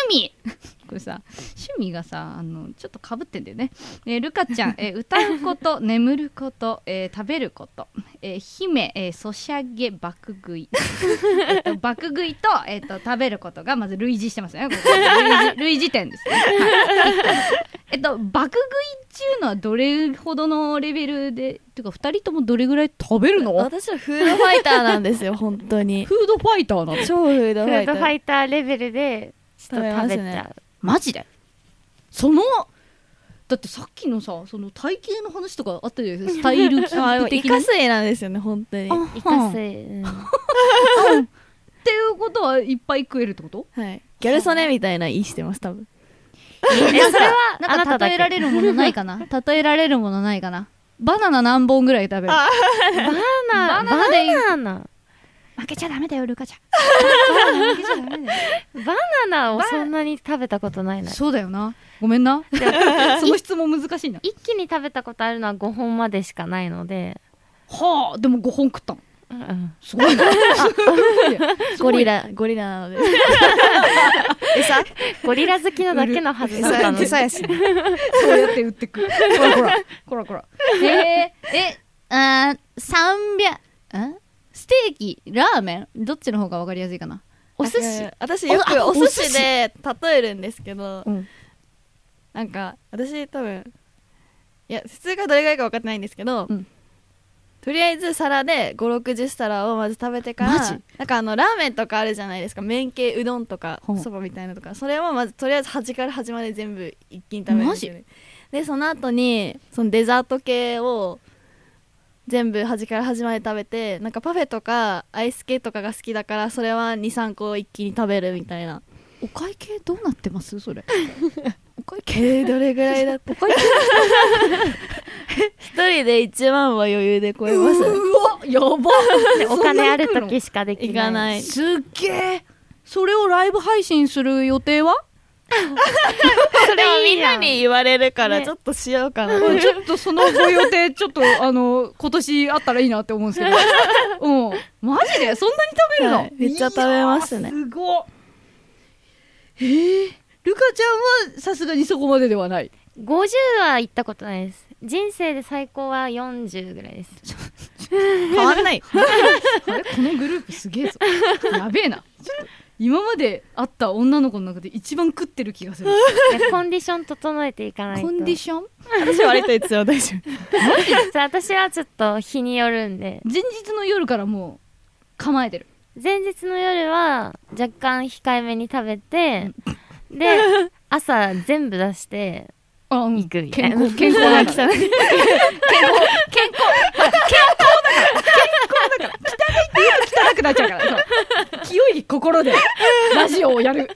[SPEAKER 3] 趣味これさ趣味がさあのちょっとかぶってんだよね、えールカちゃん、えー歌うこと眠ること、えー食べること、えー姫、えーソシャゲ爆食い <laughs> えっと爆食いと,、えっと食べることがまず類似してますねここ類似類似点ですね、はいえっと爆食いっていうのはどれほどのレベルでてか2人ともどれぐらい食べるのフ
[SPEAKER 5] 私はフードファイターなんですよ本当に
[SPEAKER 3] ードファイターなの
[SPEAKER 5] 超フード
[SPEAKER 4] フ
[SPEAKER 5] ファイ
[SPEAKER 4] ー
[SPEAKER 5] タ
[SPEAKER 4] ドファ
[SPEAKER 5] ー
[SPEAKER 4] イターレベルでちょっと食べちゃ
[SPEAKER 3] マジでそのだってさっきのさその体型の話とかあったじゃないですかスタイルキ
[SPEAKER 5] あ
[SPEAKER 3] ー
[SPEAKER 5] で
[SPEAKER 3] プ
[SPEAKER 5] もイ
[SPEAKER 3] 的な
[SPEAKER 5] カ水なんですよね本当に
[SPEAKER 3] あ
[SPEAKER 5] は
[SPEAKER 3] はん
[SPEAKER 4] うイカ
[SPEAKER 3] っ
[SPEAKER 4] 水うん
[SPEAKER 3] ていうことはいっぱい食えるってこと
[SPEAKER 5] いギャル曽根みたいな胃してます多分
[SPEAKER 4] えそれはあ
[SPEAKER 3] な
[SPEAKER 4] なんた
[SPEAKER 3] か
[SPEAKER 4] だ
[SPEAKER 3] 例えら
[SPEAKER 4] け
[SPEAKER 3] れるものないか <laughs> な例えられるものないかなバナナ何本ぐらい食べる
[SPEAKER 4] バナナ
[SPEAKER 3] バナナでいい
[SPEAKER 4] バナナ
[SPEAKER 3] 負けちゃダメだよルカちゃん負けちゃダメだよ
[SPEAKER 4] バナナをそんなに食べたことないな
[SPEAKER 3] そうだよなごめん <laughs> なその質問難しいな
[SPEAKER 4] 一気に食べたことあるのは5本までしかないので、
[SPEAKER 3] はあでも5本食ったの
[SPEAKER 4] うん
[SPEAKER 3] すごいな
[SPEAKER 5] ゴリラゴリラなので <laughs> 餌
[SPEAKER 4] ゴリラ好きなだけのはずだったので
[SPEAKER 5] 餌やし
[SPEAKER 3] <laughs> そうやって売ってくほらほらほらほら
[SPEAKER 2] えー、え、あー、300、んステーキ、ラーメンどっちの方がわかりやすいかなお寿司
[SPEAKER 5] 私よく
[SPEAKER 3] あ
[SPEAKER 5] お
[SPEAKER 3] お寿
[SPEAKER 5] 寿
[SPEAKER 3] 司
[SPEAKER 5] 司で例えるんですけど、
[SPEAKER 3] うん
[SPEAKER 5] なんか私多分いや普通がどれぐらいか分かってないんですけど、
[SPEAKER 3] うん
[SPEAKER 5] とりあえず皿で560皿をまず食べてか
[SPEAKER 3] マジ
[SPEAKER 5] らなんかあのラーメンとかあるじゃないですか麺系うどんとか
[SPEAKER 3] ほう
[SPEAKER 5] そばみたいなのとかそれをまずとりあえず端から端まで全部一気に食べるんですよねでその後にそのデザート系を全部端から端まで食べてなんかパフェとかアイス系とかが好きだからそれは23個一気に食べるみたいな
[SPEAKER 3] お会計どうなってますそれお会計
[SPEAKER 5] えー、どれぐらいだ
[SPEAKER 3] <laughs>
[SPEAKER 5] った
[SPEAKER 3] 会計
[SPEAKER 5] 一人で1万は余裕で超えます
[SPEAKER 3] わや <laughs> ば
[SPEAKER 4] お金ある時しかでき
[SPEAKER 5] い
[SPEAKER 4] な
[SPEAKER 5] か
[SPEAKER 4] い
[SPEAKER 5] ない
[SPEAKER 3] すっげえそれをライブ配信する予定は
[SPEAKER 5] <laughs>
[SPEAKER 4] それいいじゃん
[SPEAKER 5] 言われるから
[SPEAKER 4] ね
[SPEAKER 5] ちょっとしようかな、
[SPEAKER 3] うんちょっとそのご予定、ちょっと、あの、今年あったらいいなって思うんですけど。
[SPEAKER 5] <laughs>
[SPEAKER 3] うん。マジでそんなに食べるの、
[SPEAKER 5] はいめっちゃ食べますね
[SPEAKER 3] いやーすごっ。ええルカちゃんはさすがにそこまでで
[SPEAKER 5] <laughs>
[SPEAKER 3] はない。
[SPEAKER 4] 50は行ったことないです人生で最高は40ぐらいです
[SPEAKER 5] 変わんない
[SPEAKER 3] あれこのグループすげえぞ。やべえな。ちょっと今まで会った女の子の中で一番食ってる気が
[SPEAKER 5] <laughs>
[SPEAKER 3] する。
[SPEAKER 4] いやコンディション整えていかないと
[SPEAKER 3] コンディション
[SPEAKER 5] 私割と必要大丈
[SPEAKER 3] <laughs>
[SPEAKER 5] 夫
[SPEAKER 4] そう私はちょっと日によるんで
[SPEAKER 3] 前日の夜からもう構えてる。
[SPEAKER 4] 前日の夜は若干控えめに食べ
[SPEAKER 3] <laughs>
[SPEAKER 4] てで朝全部出して
[SPEAKER 3] あ、うん
[SPEAKER 4] 行くみたい
[SPEAKER 3] 健
[SPEAKER 4] な
[SPEAKER 3] 康、健康なんだ。
[SPEAKER 5] 汚い
[SPEAKER 3] 汚くなっちゃうからそう清い心でラジオをやる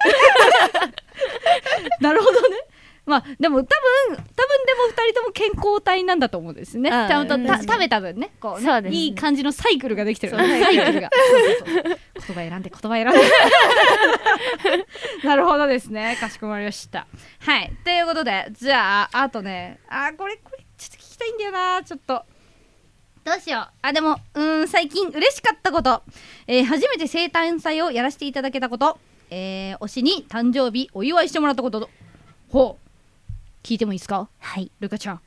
[SPEAKER 3] <laughs> なるほどねまあでも多分多分でも2人ともの健康体なんだと思うんですね。ち
[SPEAKER 5] ああ
[SPEAKER 3] ゃんと
[SPEAKER 5] うん
[SPEAKER 3] た
[SPEAKER 5] 確かに
[SPEAKER 3] 食べた分ね、こうね
[SPEAKER 4] そうですね
[SPEAKER 3] いい感じのサイクルができてる。サイクルが。 <laughs> そうそうそう言葉選んで、言葉 <laughs> 選んで。なるほどですね。かしこまりました。はい。ということで、じゃあ、あとね、あー、これ、これ、ちょっと聞きたいんだよな、ちょっと。どうしよう。あ、でも、うーん、最近嬉しかったこと。えー初めて生誕祭をやらせていただけたこと。えー推しに誕生日お祝いしてもらったこと。ほう。聞いてもいいですか
[SPEAKER 4] はい。
[SPEAKER 3] ルカちゃん。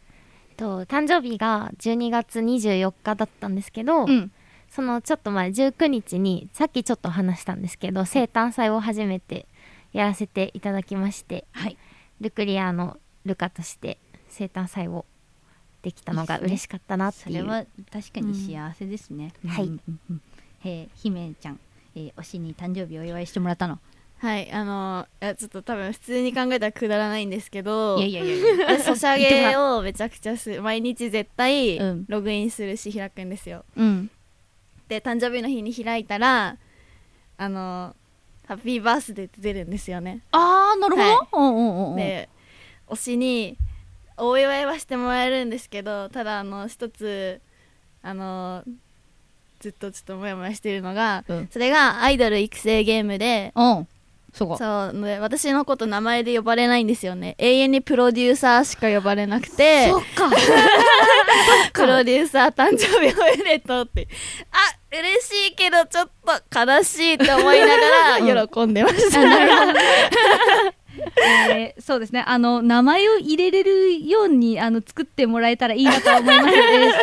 [SPEAKER 4] と、誕生日が12月24日だったんですけど、
[SPEAKER 3] うん。
[SPEAKER 4] そのちょっと前19日にさっきちょっと話したんですけど生誕祭を初めてやらせていただきまして、
[SPEAKER 3] はい
[SPEAKER 4] ルクリアのルカとして生誕祭をできたのが嬉しかったなって
[SPEAKER 3] そ
[SPEAKER 4] いう
[SPEAKER 3] れは確かに幸せですね。
[SPEAKER 4] うんはい
[SPEAKER 3] うんうんうん。えー、姫ちゃん、えー推しに誕生日お祝いしてもらったの。
[SPEAKER 5] はいあのいやちょっと多分普通に考えたらくだらないんですけど
[SPEAKER 3] <laughs> いやいやいやいや。
[SPEAKER 5] 私ソシャゲをめちゃくちゃする毎日絶対
[SPEAKER 3] うん
[SPEAKER 5] ログインするし開くんですよ
[SPEAKER 3] <laughs> うん。
[SPEAKER 5] で誕生日の日に開いたらあのハッピーバースデーって出るんですよね
[SPEAKER 3] あー、なるほど。うんうんうんうん。
[SPEAKER 5] で推しにお祝いはしてもらえるんですけどただあの一つあのずっとちょっとモヤモヤしてるのが、
[SPEAKER 3] うん
[SPEAKER 5] それがアイドル育成ゲームで
[SPEAKER 3] うん。そうか。
[SPEAKER 5] そうで私のこと名前で呼ばれないんですよね永遠にプロデューサーしか呼ばれなくて
[SPEAKER 3] そっか。
[SPEAKER 5] プロデューサー誕生日おめでとうってあ嬉しいけどちょっと悲しいと思いながら喜んでました、
[SPEAKER 3] えーそうですね。あの、名前を入れれるように、あの、作ってもらえたらいいなと思いますので、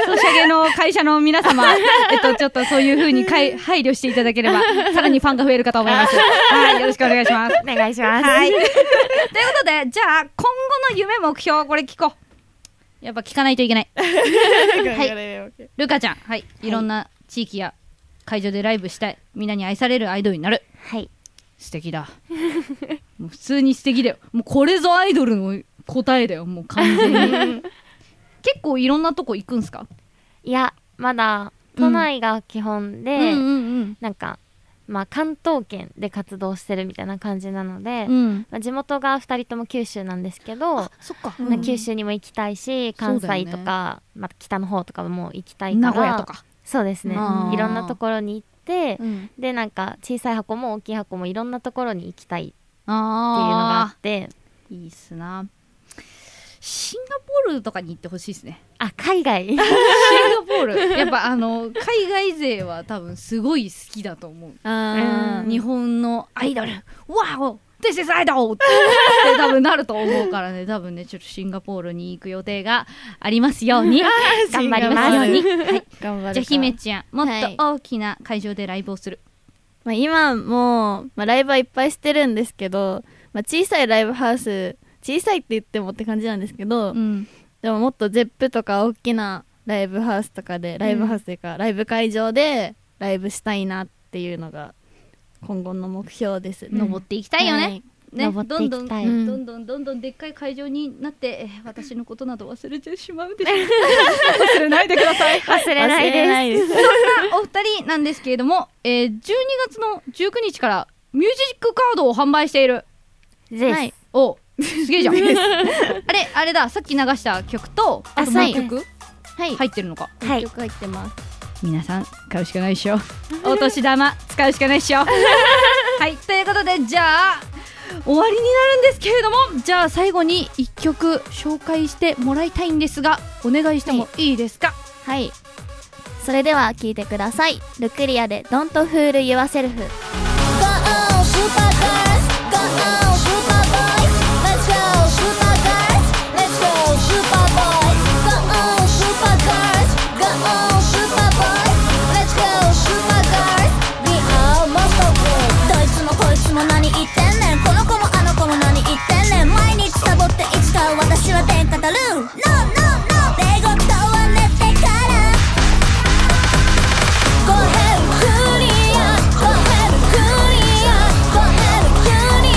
[SPEAKER 3] ソシャゲの会社の皆様、えっと、ちょっとそういうふうにかい配慮していただけ <laughs> れば、さらにファンが増えるかと思います。はい、よろしくお願いします。
[SPEAKER 4] お願いします、
[SPEAKER 3] はい。ということで、じゃあ、今後の夢目標、これ聞こう。やっぱ聞かないといけない。
[SPEAKER 5] <laughs> はい、
[SPEAKER 3] ルカちゃん、はい。いろんな地域や会場でライブしたい。みんなに愛されるアイドルになる。
[SPEAKER 4] はい、
[SPEAKER 3] 素敵だ。もう普通に素敵だよ。もうこれぞアイドルの答えだよ、もう完全に。 <laughs> 結構いろんなとこ行くんすか
[SPEAKER 4] いやまだ都内が基本で、
[SPEAKER 3] うん
[SPEAKER 4] なんかまあ関東圏で活動してるみたいな感じなので、
[SPEAKER 3] うん。
[SPEAKER 4] まあ、地元が2人とも九州なんですけど
[SPEAKER 3] そっか。
[SPEAKER 4] まあ九州にも行きたいし関
[SPEAKER 3] そうだよ
[SPEAKER 4] 西
[SPEAKER 3] ね
[SPEAKER 4] とか、まあ、北の方とかも行きたいから
[SPEAKER 3] 名古屋とか。
[SPEAKER 4] そうですね
[SPEAKER 3] あー
[SPEAKER 4] いろんなところに行って、
[SPEAKER 3] うん。
[SPEAKER 4] でなんか小さい箱も大きい箱もいろんなところに行きたいっていうのがあ
[SPEAKER 3] あ
[SPEAKER 4] って
[SPEAKER 3] あ。いいっすな。シンガポールとかに行ってほしい <laughs> ですね。
[SPEAKER 4] あ海外
[SPEAKER 3] シンガポールやっぱあの海外勢は多分すごい好きだと思う
[SPEAKER 5] あー
[SPEAKER 3] 日本のアイドル「ワオ !This is idol!」って多分なると思うからね多分ねちょっとシンガポールに行く予定がありますように頑張りますように、
[SPEAKER 2] <laughs>
[SPEAKER 3] はい、
[SPEAKER 5] 頑張るか
[SPEAKER 3] じゃあ姫ちゃんもっ
[SPEAKER 5] はい
[SPEAKER 3] と大きな会場でライブをする、
[SPEAKER 5] まあ、今も、まあ、ライブはいっぱいしてるんですけど、まあ、小さいライブハウス小さいって言ってもって感じなんですけど、
[SPEAKER 3] うん
[SPEAKER 5] でももっと ZEP とか大きなライブハウスとかでライブハウスというか、ライブ会場でライブしたいなっていうのが今後の目標ですね。
[SPEAKER 3] 登っていきたいよね、
[SPEAKER 5] はい
[SPEAKER 3] ね、
[SPEAKER 4] 登っていきたい
[SPEAKER 3] どんどんどんどんどんどんでっかい会場になって、えー私のことなど忘れてしまうでしょう忘れないでください
[SPEAKER 4] <laughs> 忘れないです
[SPEAKER 5] いです。
[SPEAKER 3] そん <laughs> なお二人なんですけれども、えー、12月の19日からミュージックカードを販売している。
[SPEAKER 4] です、
[SPEAKER 5] はい
[SPEAKER 3] おすげえじ <laughs> ゃん。あれ、あれだ、さっき流した曲と、あともう曲
[SPEAKER 5] はい、
[SPEAKER 3] 入ってるのか。
[SPEAKER 4] はい
[SPEAKER 5] 曲入ってます。
[SPEAKER 3] 皆さん、買うしかないっしょ。お年玉、使うしかないっしょ。はい、ということで、じゃあ、終わりになるんですけれども、じゃあ最後に一曲紹介してもらいたいんですが、お願いしてもいいですか、
[SPEAKER 5] はい。それでは聞いてください。ルクリアで Don't Fool Yourself。
[SPEAKER 7] Go on, super girls. Go on, super boys. Let's go, super girls. Let's go, super boys. Go on, super girls. Go on, super boys. Let's go, super girls. We are most of them. どいつもこいつも何言ってんねん。この子もあの子も何言ってんねん。毎日サボっていつか私は天下だる。No, no, no. 出事は寝てから。Go ahead, Julia. Go ahead, Julia. Go ahead, Julia.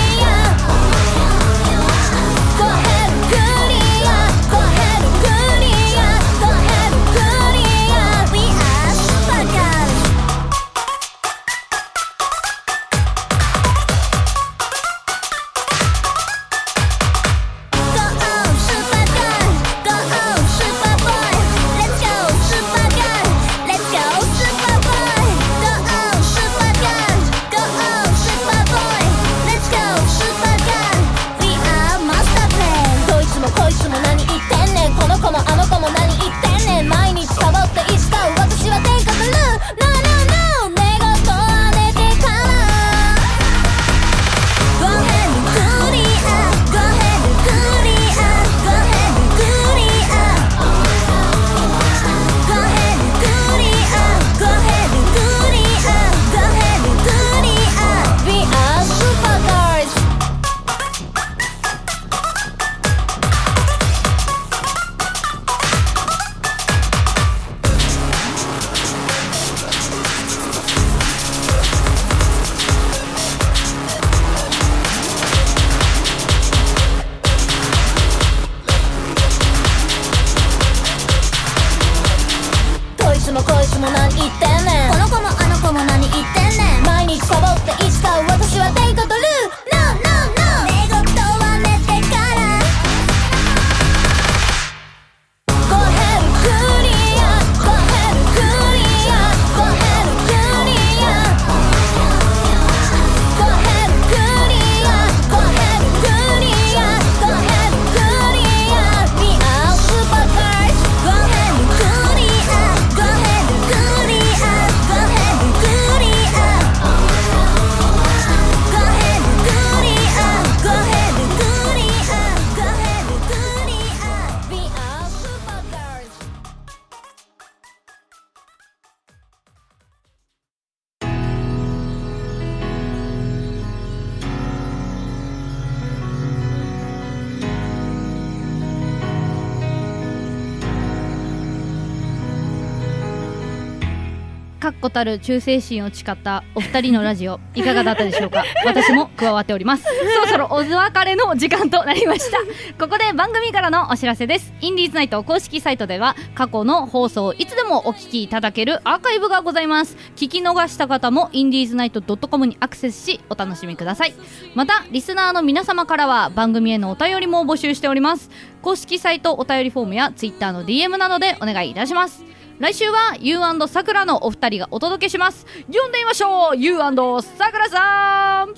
[SPEAKER 2] 確固たる忠誠心を誓ったお二人のラジオ <laughs> いかがだったでしょうか私も加わっておりますそろそろお別れの時間となりましたここで番組からのお知らせですインディーズナイト公式サイトでは過去の放送をいつでもお聞きいただけるアーカイブがございます聞き逃した方もインディーズナイト .com にアクセスしお楽しみくださいまたリスナーの皆様からは番組へのお便りも募集しております公式サイトお便りフォームや Twitter の DM などでお願いいたします来週は You& さくらのお二人がお届けします読んでみましょう You& さくらさん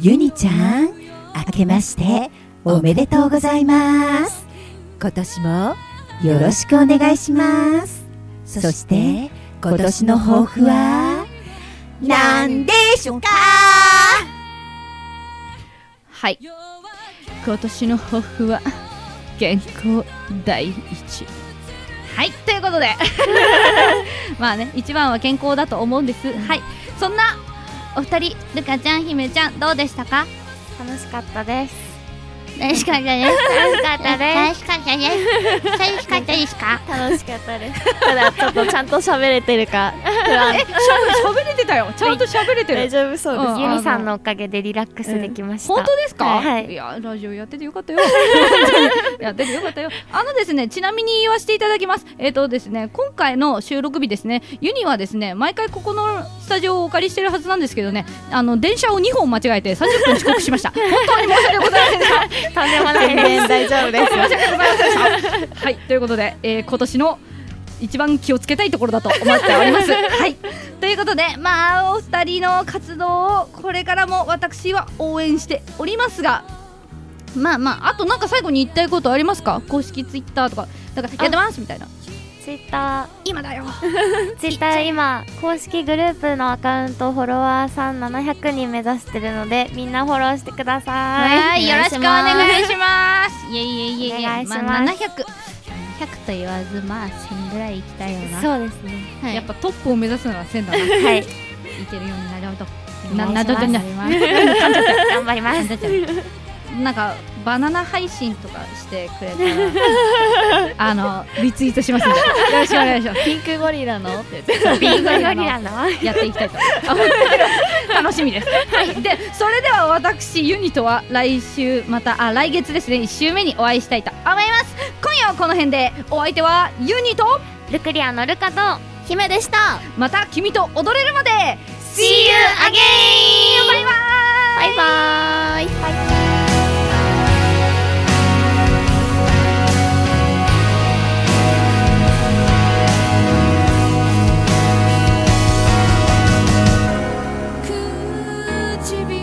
[SPEAKER 9] ゆにちゃん、明けましておめでとうございます。今年もよろしくお願いします。そして今年の抱負は、なんでしょうか
[SPEAKER 2] はい今年の抱負は健康第一はいということでまあね一番は健康だと思うんですはいそんなお二人ルカちゃん姫ちゃんどうでしたか
[SPEAKER 4] 楽しかったです
[SPEAKER 10] 楽しかったです。
[SPEAKER 4] 楽しかっ
[SPEAKER 10] 楽しかっ
[SPEAKER 4] たです
[SPEAKER 10] たです。楽しかったですか
[SPEAKER 5] 楽しかったです <laughs> ただちょっとちゃんと喋れてるか
[SPEAKER 3] え、しゃべ、喋れてたよ。ちゃんと喋れて
[SPEAKER 5] <laughs> 大
[SPEAKER 3] る。
[SPEAKER 5] 丈夫そうです、
[SPEAKER 3] うん
[SPEAKER 5] <laughs>
[SPEAKER 4] ユミさんのおかげでリラックスできました、
[SPEAKER 2] 本当ですか、
[SPEAKER 4] はい
[SPEAKER 2] いやラジオやっててよか
[SPEAKER 4] <laughs>
[SPEAKER 2] ったよ本当にやっててよかったよあのですねちなみに言わせていただきますえっ、とですね今回の収録日ですねユニはですね毎回ここのスタジオをお借りしてるはずなんですけどねあの電車を2本間違えて30分遅刻しました本当に申し訳ございませんでした
[SPEAKER 4] とんでもないで
[SPEAKER 5] <laughs>
[SPEAKER 4] す
[SPEAKER 5] 全然大丈夫です
[SPEAKER 3] 申し訳ございませんでした <laughs> はい、ということで、えー今年の一番気をつけたいところだと思っており <laughs> ます。はい、
[SPEAKER 2] ということでまあお二人の活動をこれからも私は応援しておりますがまあまああとなんか最後に言いたいことありますか公式ツイッターとかなんかやってますみたいな
[SPEAKER 4] ツイッタ
[SPEAKER 2] 今だよ
[SPEAKER 4] ー <laughs> ツイッター今公式グループのアカウントフォロワーさん700人目指してるのでみんなフォローしてください
[SPEAKER 10] はい、よろしくお願いします。いえいえいえいえ、
[SPEAKER 4] お願いします
[SPEAKER 10] まあ、700。100と言わずまあ1000ぐらい行きたいよな、
[SPEAKER 4] そうですね
[SPEAKER 10] はい、
[SPEAKER 3] やっぱトップを目指すのは千だな。い
[SPEAKER 4] はい
[SPEAKER 3] けるように <laughs> なるほど。
[SPEAKER 10] ななどとなります
[SPEAKER 4] 頑張ります
[SPEAKER 3] なんかバナナ配信とかしてくれたらあのリツイートしますんでよろしくお願いします
[SPEAKER 5] ピンクゴリラのって言って
[SPEAKER 4] ビンゴリラの
[SPEAKER 3] やっていきたいとあ本当に楽しみです、はい、でそれでは私ユニとは来週またあ来月ですね1週目にお会いしたいと思います今夜はこの辺でお相手はユニと
[SPEAKER 4] ルクリアのルカと
[SPEAKER 11] 姫でした
[SPEAKER 3] また君と踊れるまで
[SPEAKER 4] See you again!
[SPEAKER 3] バイバーイ
[SPEAKER 4] バイバーイ
[SPEAKER 12] 唇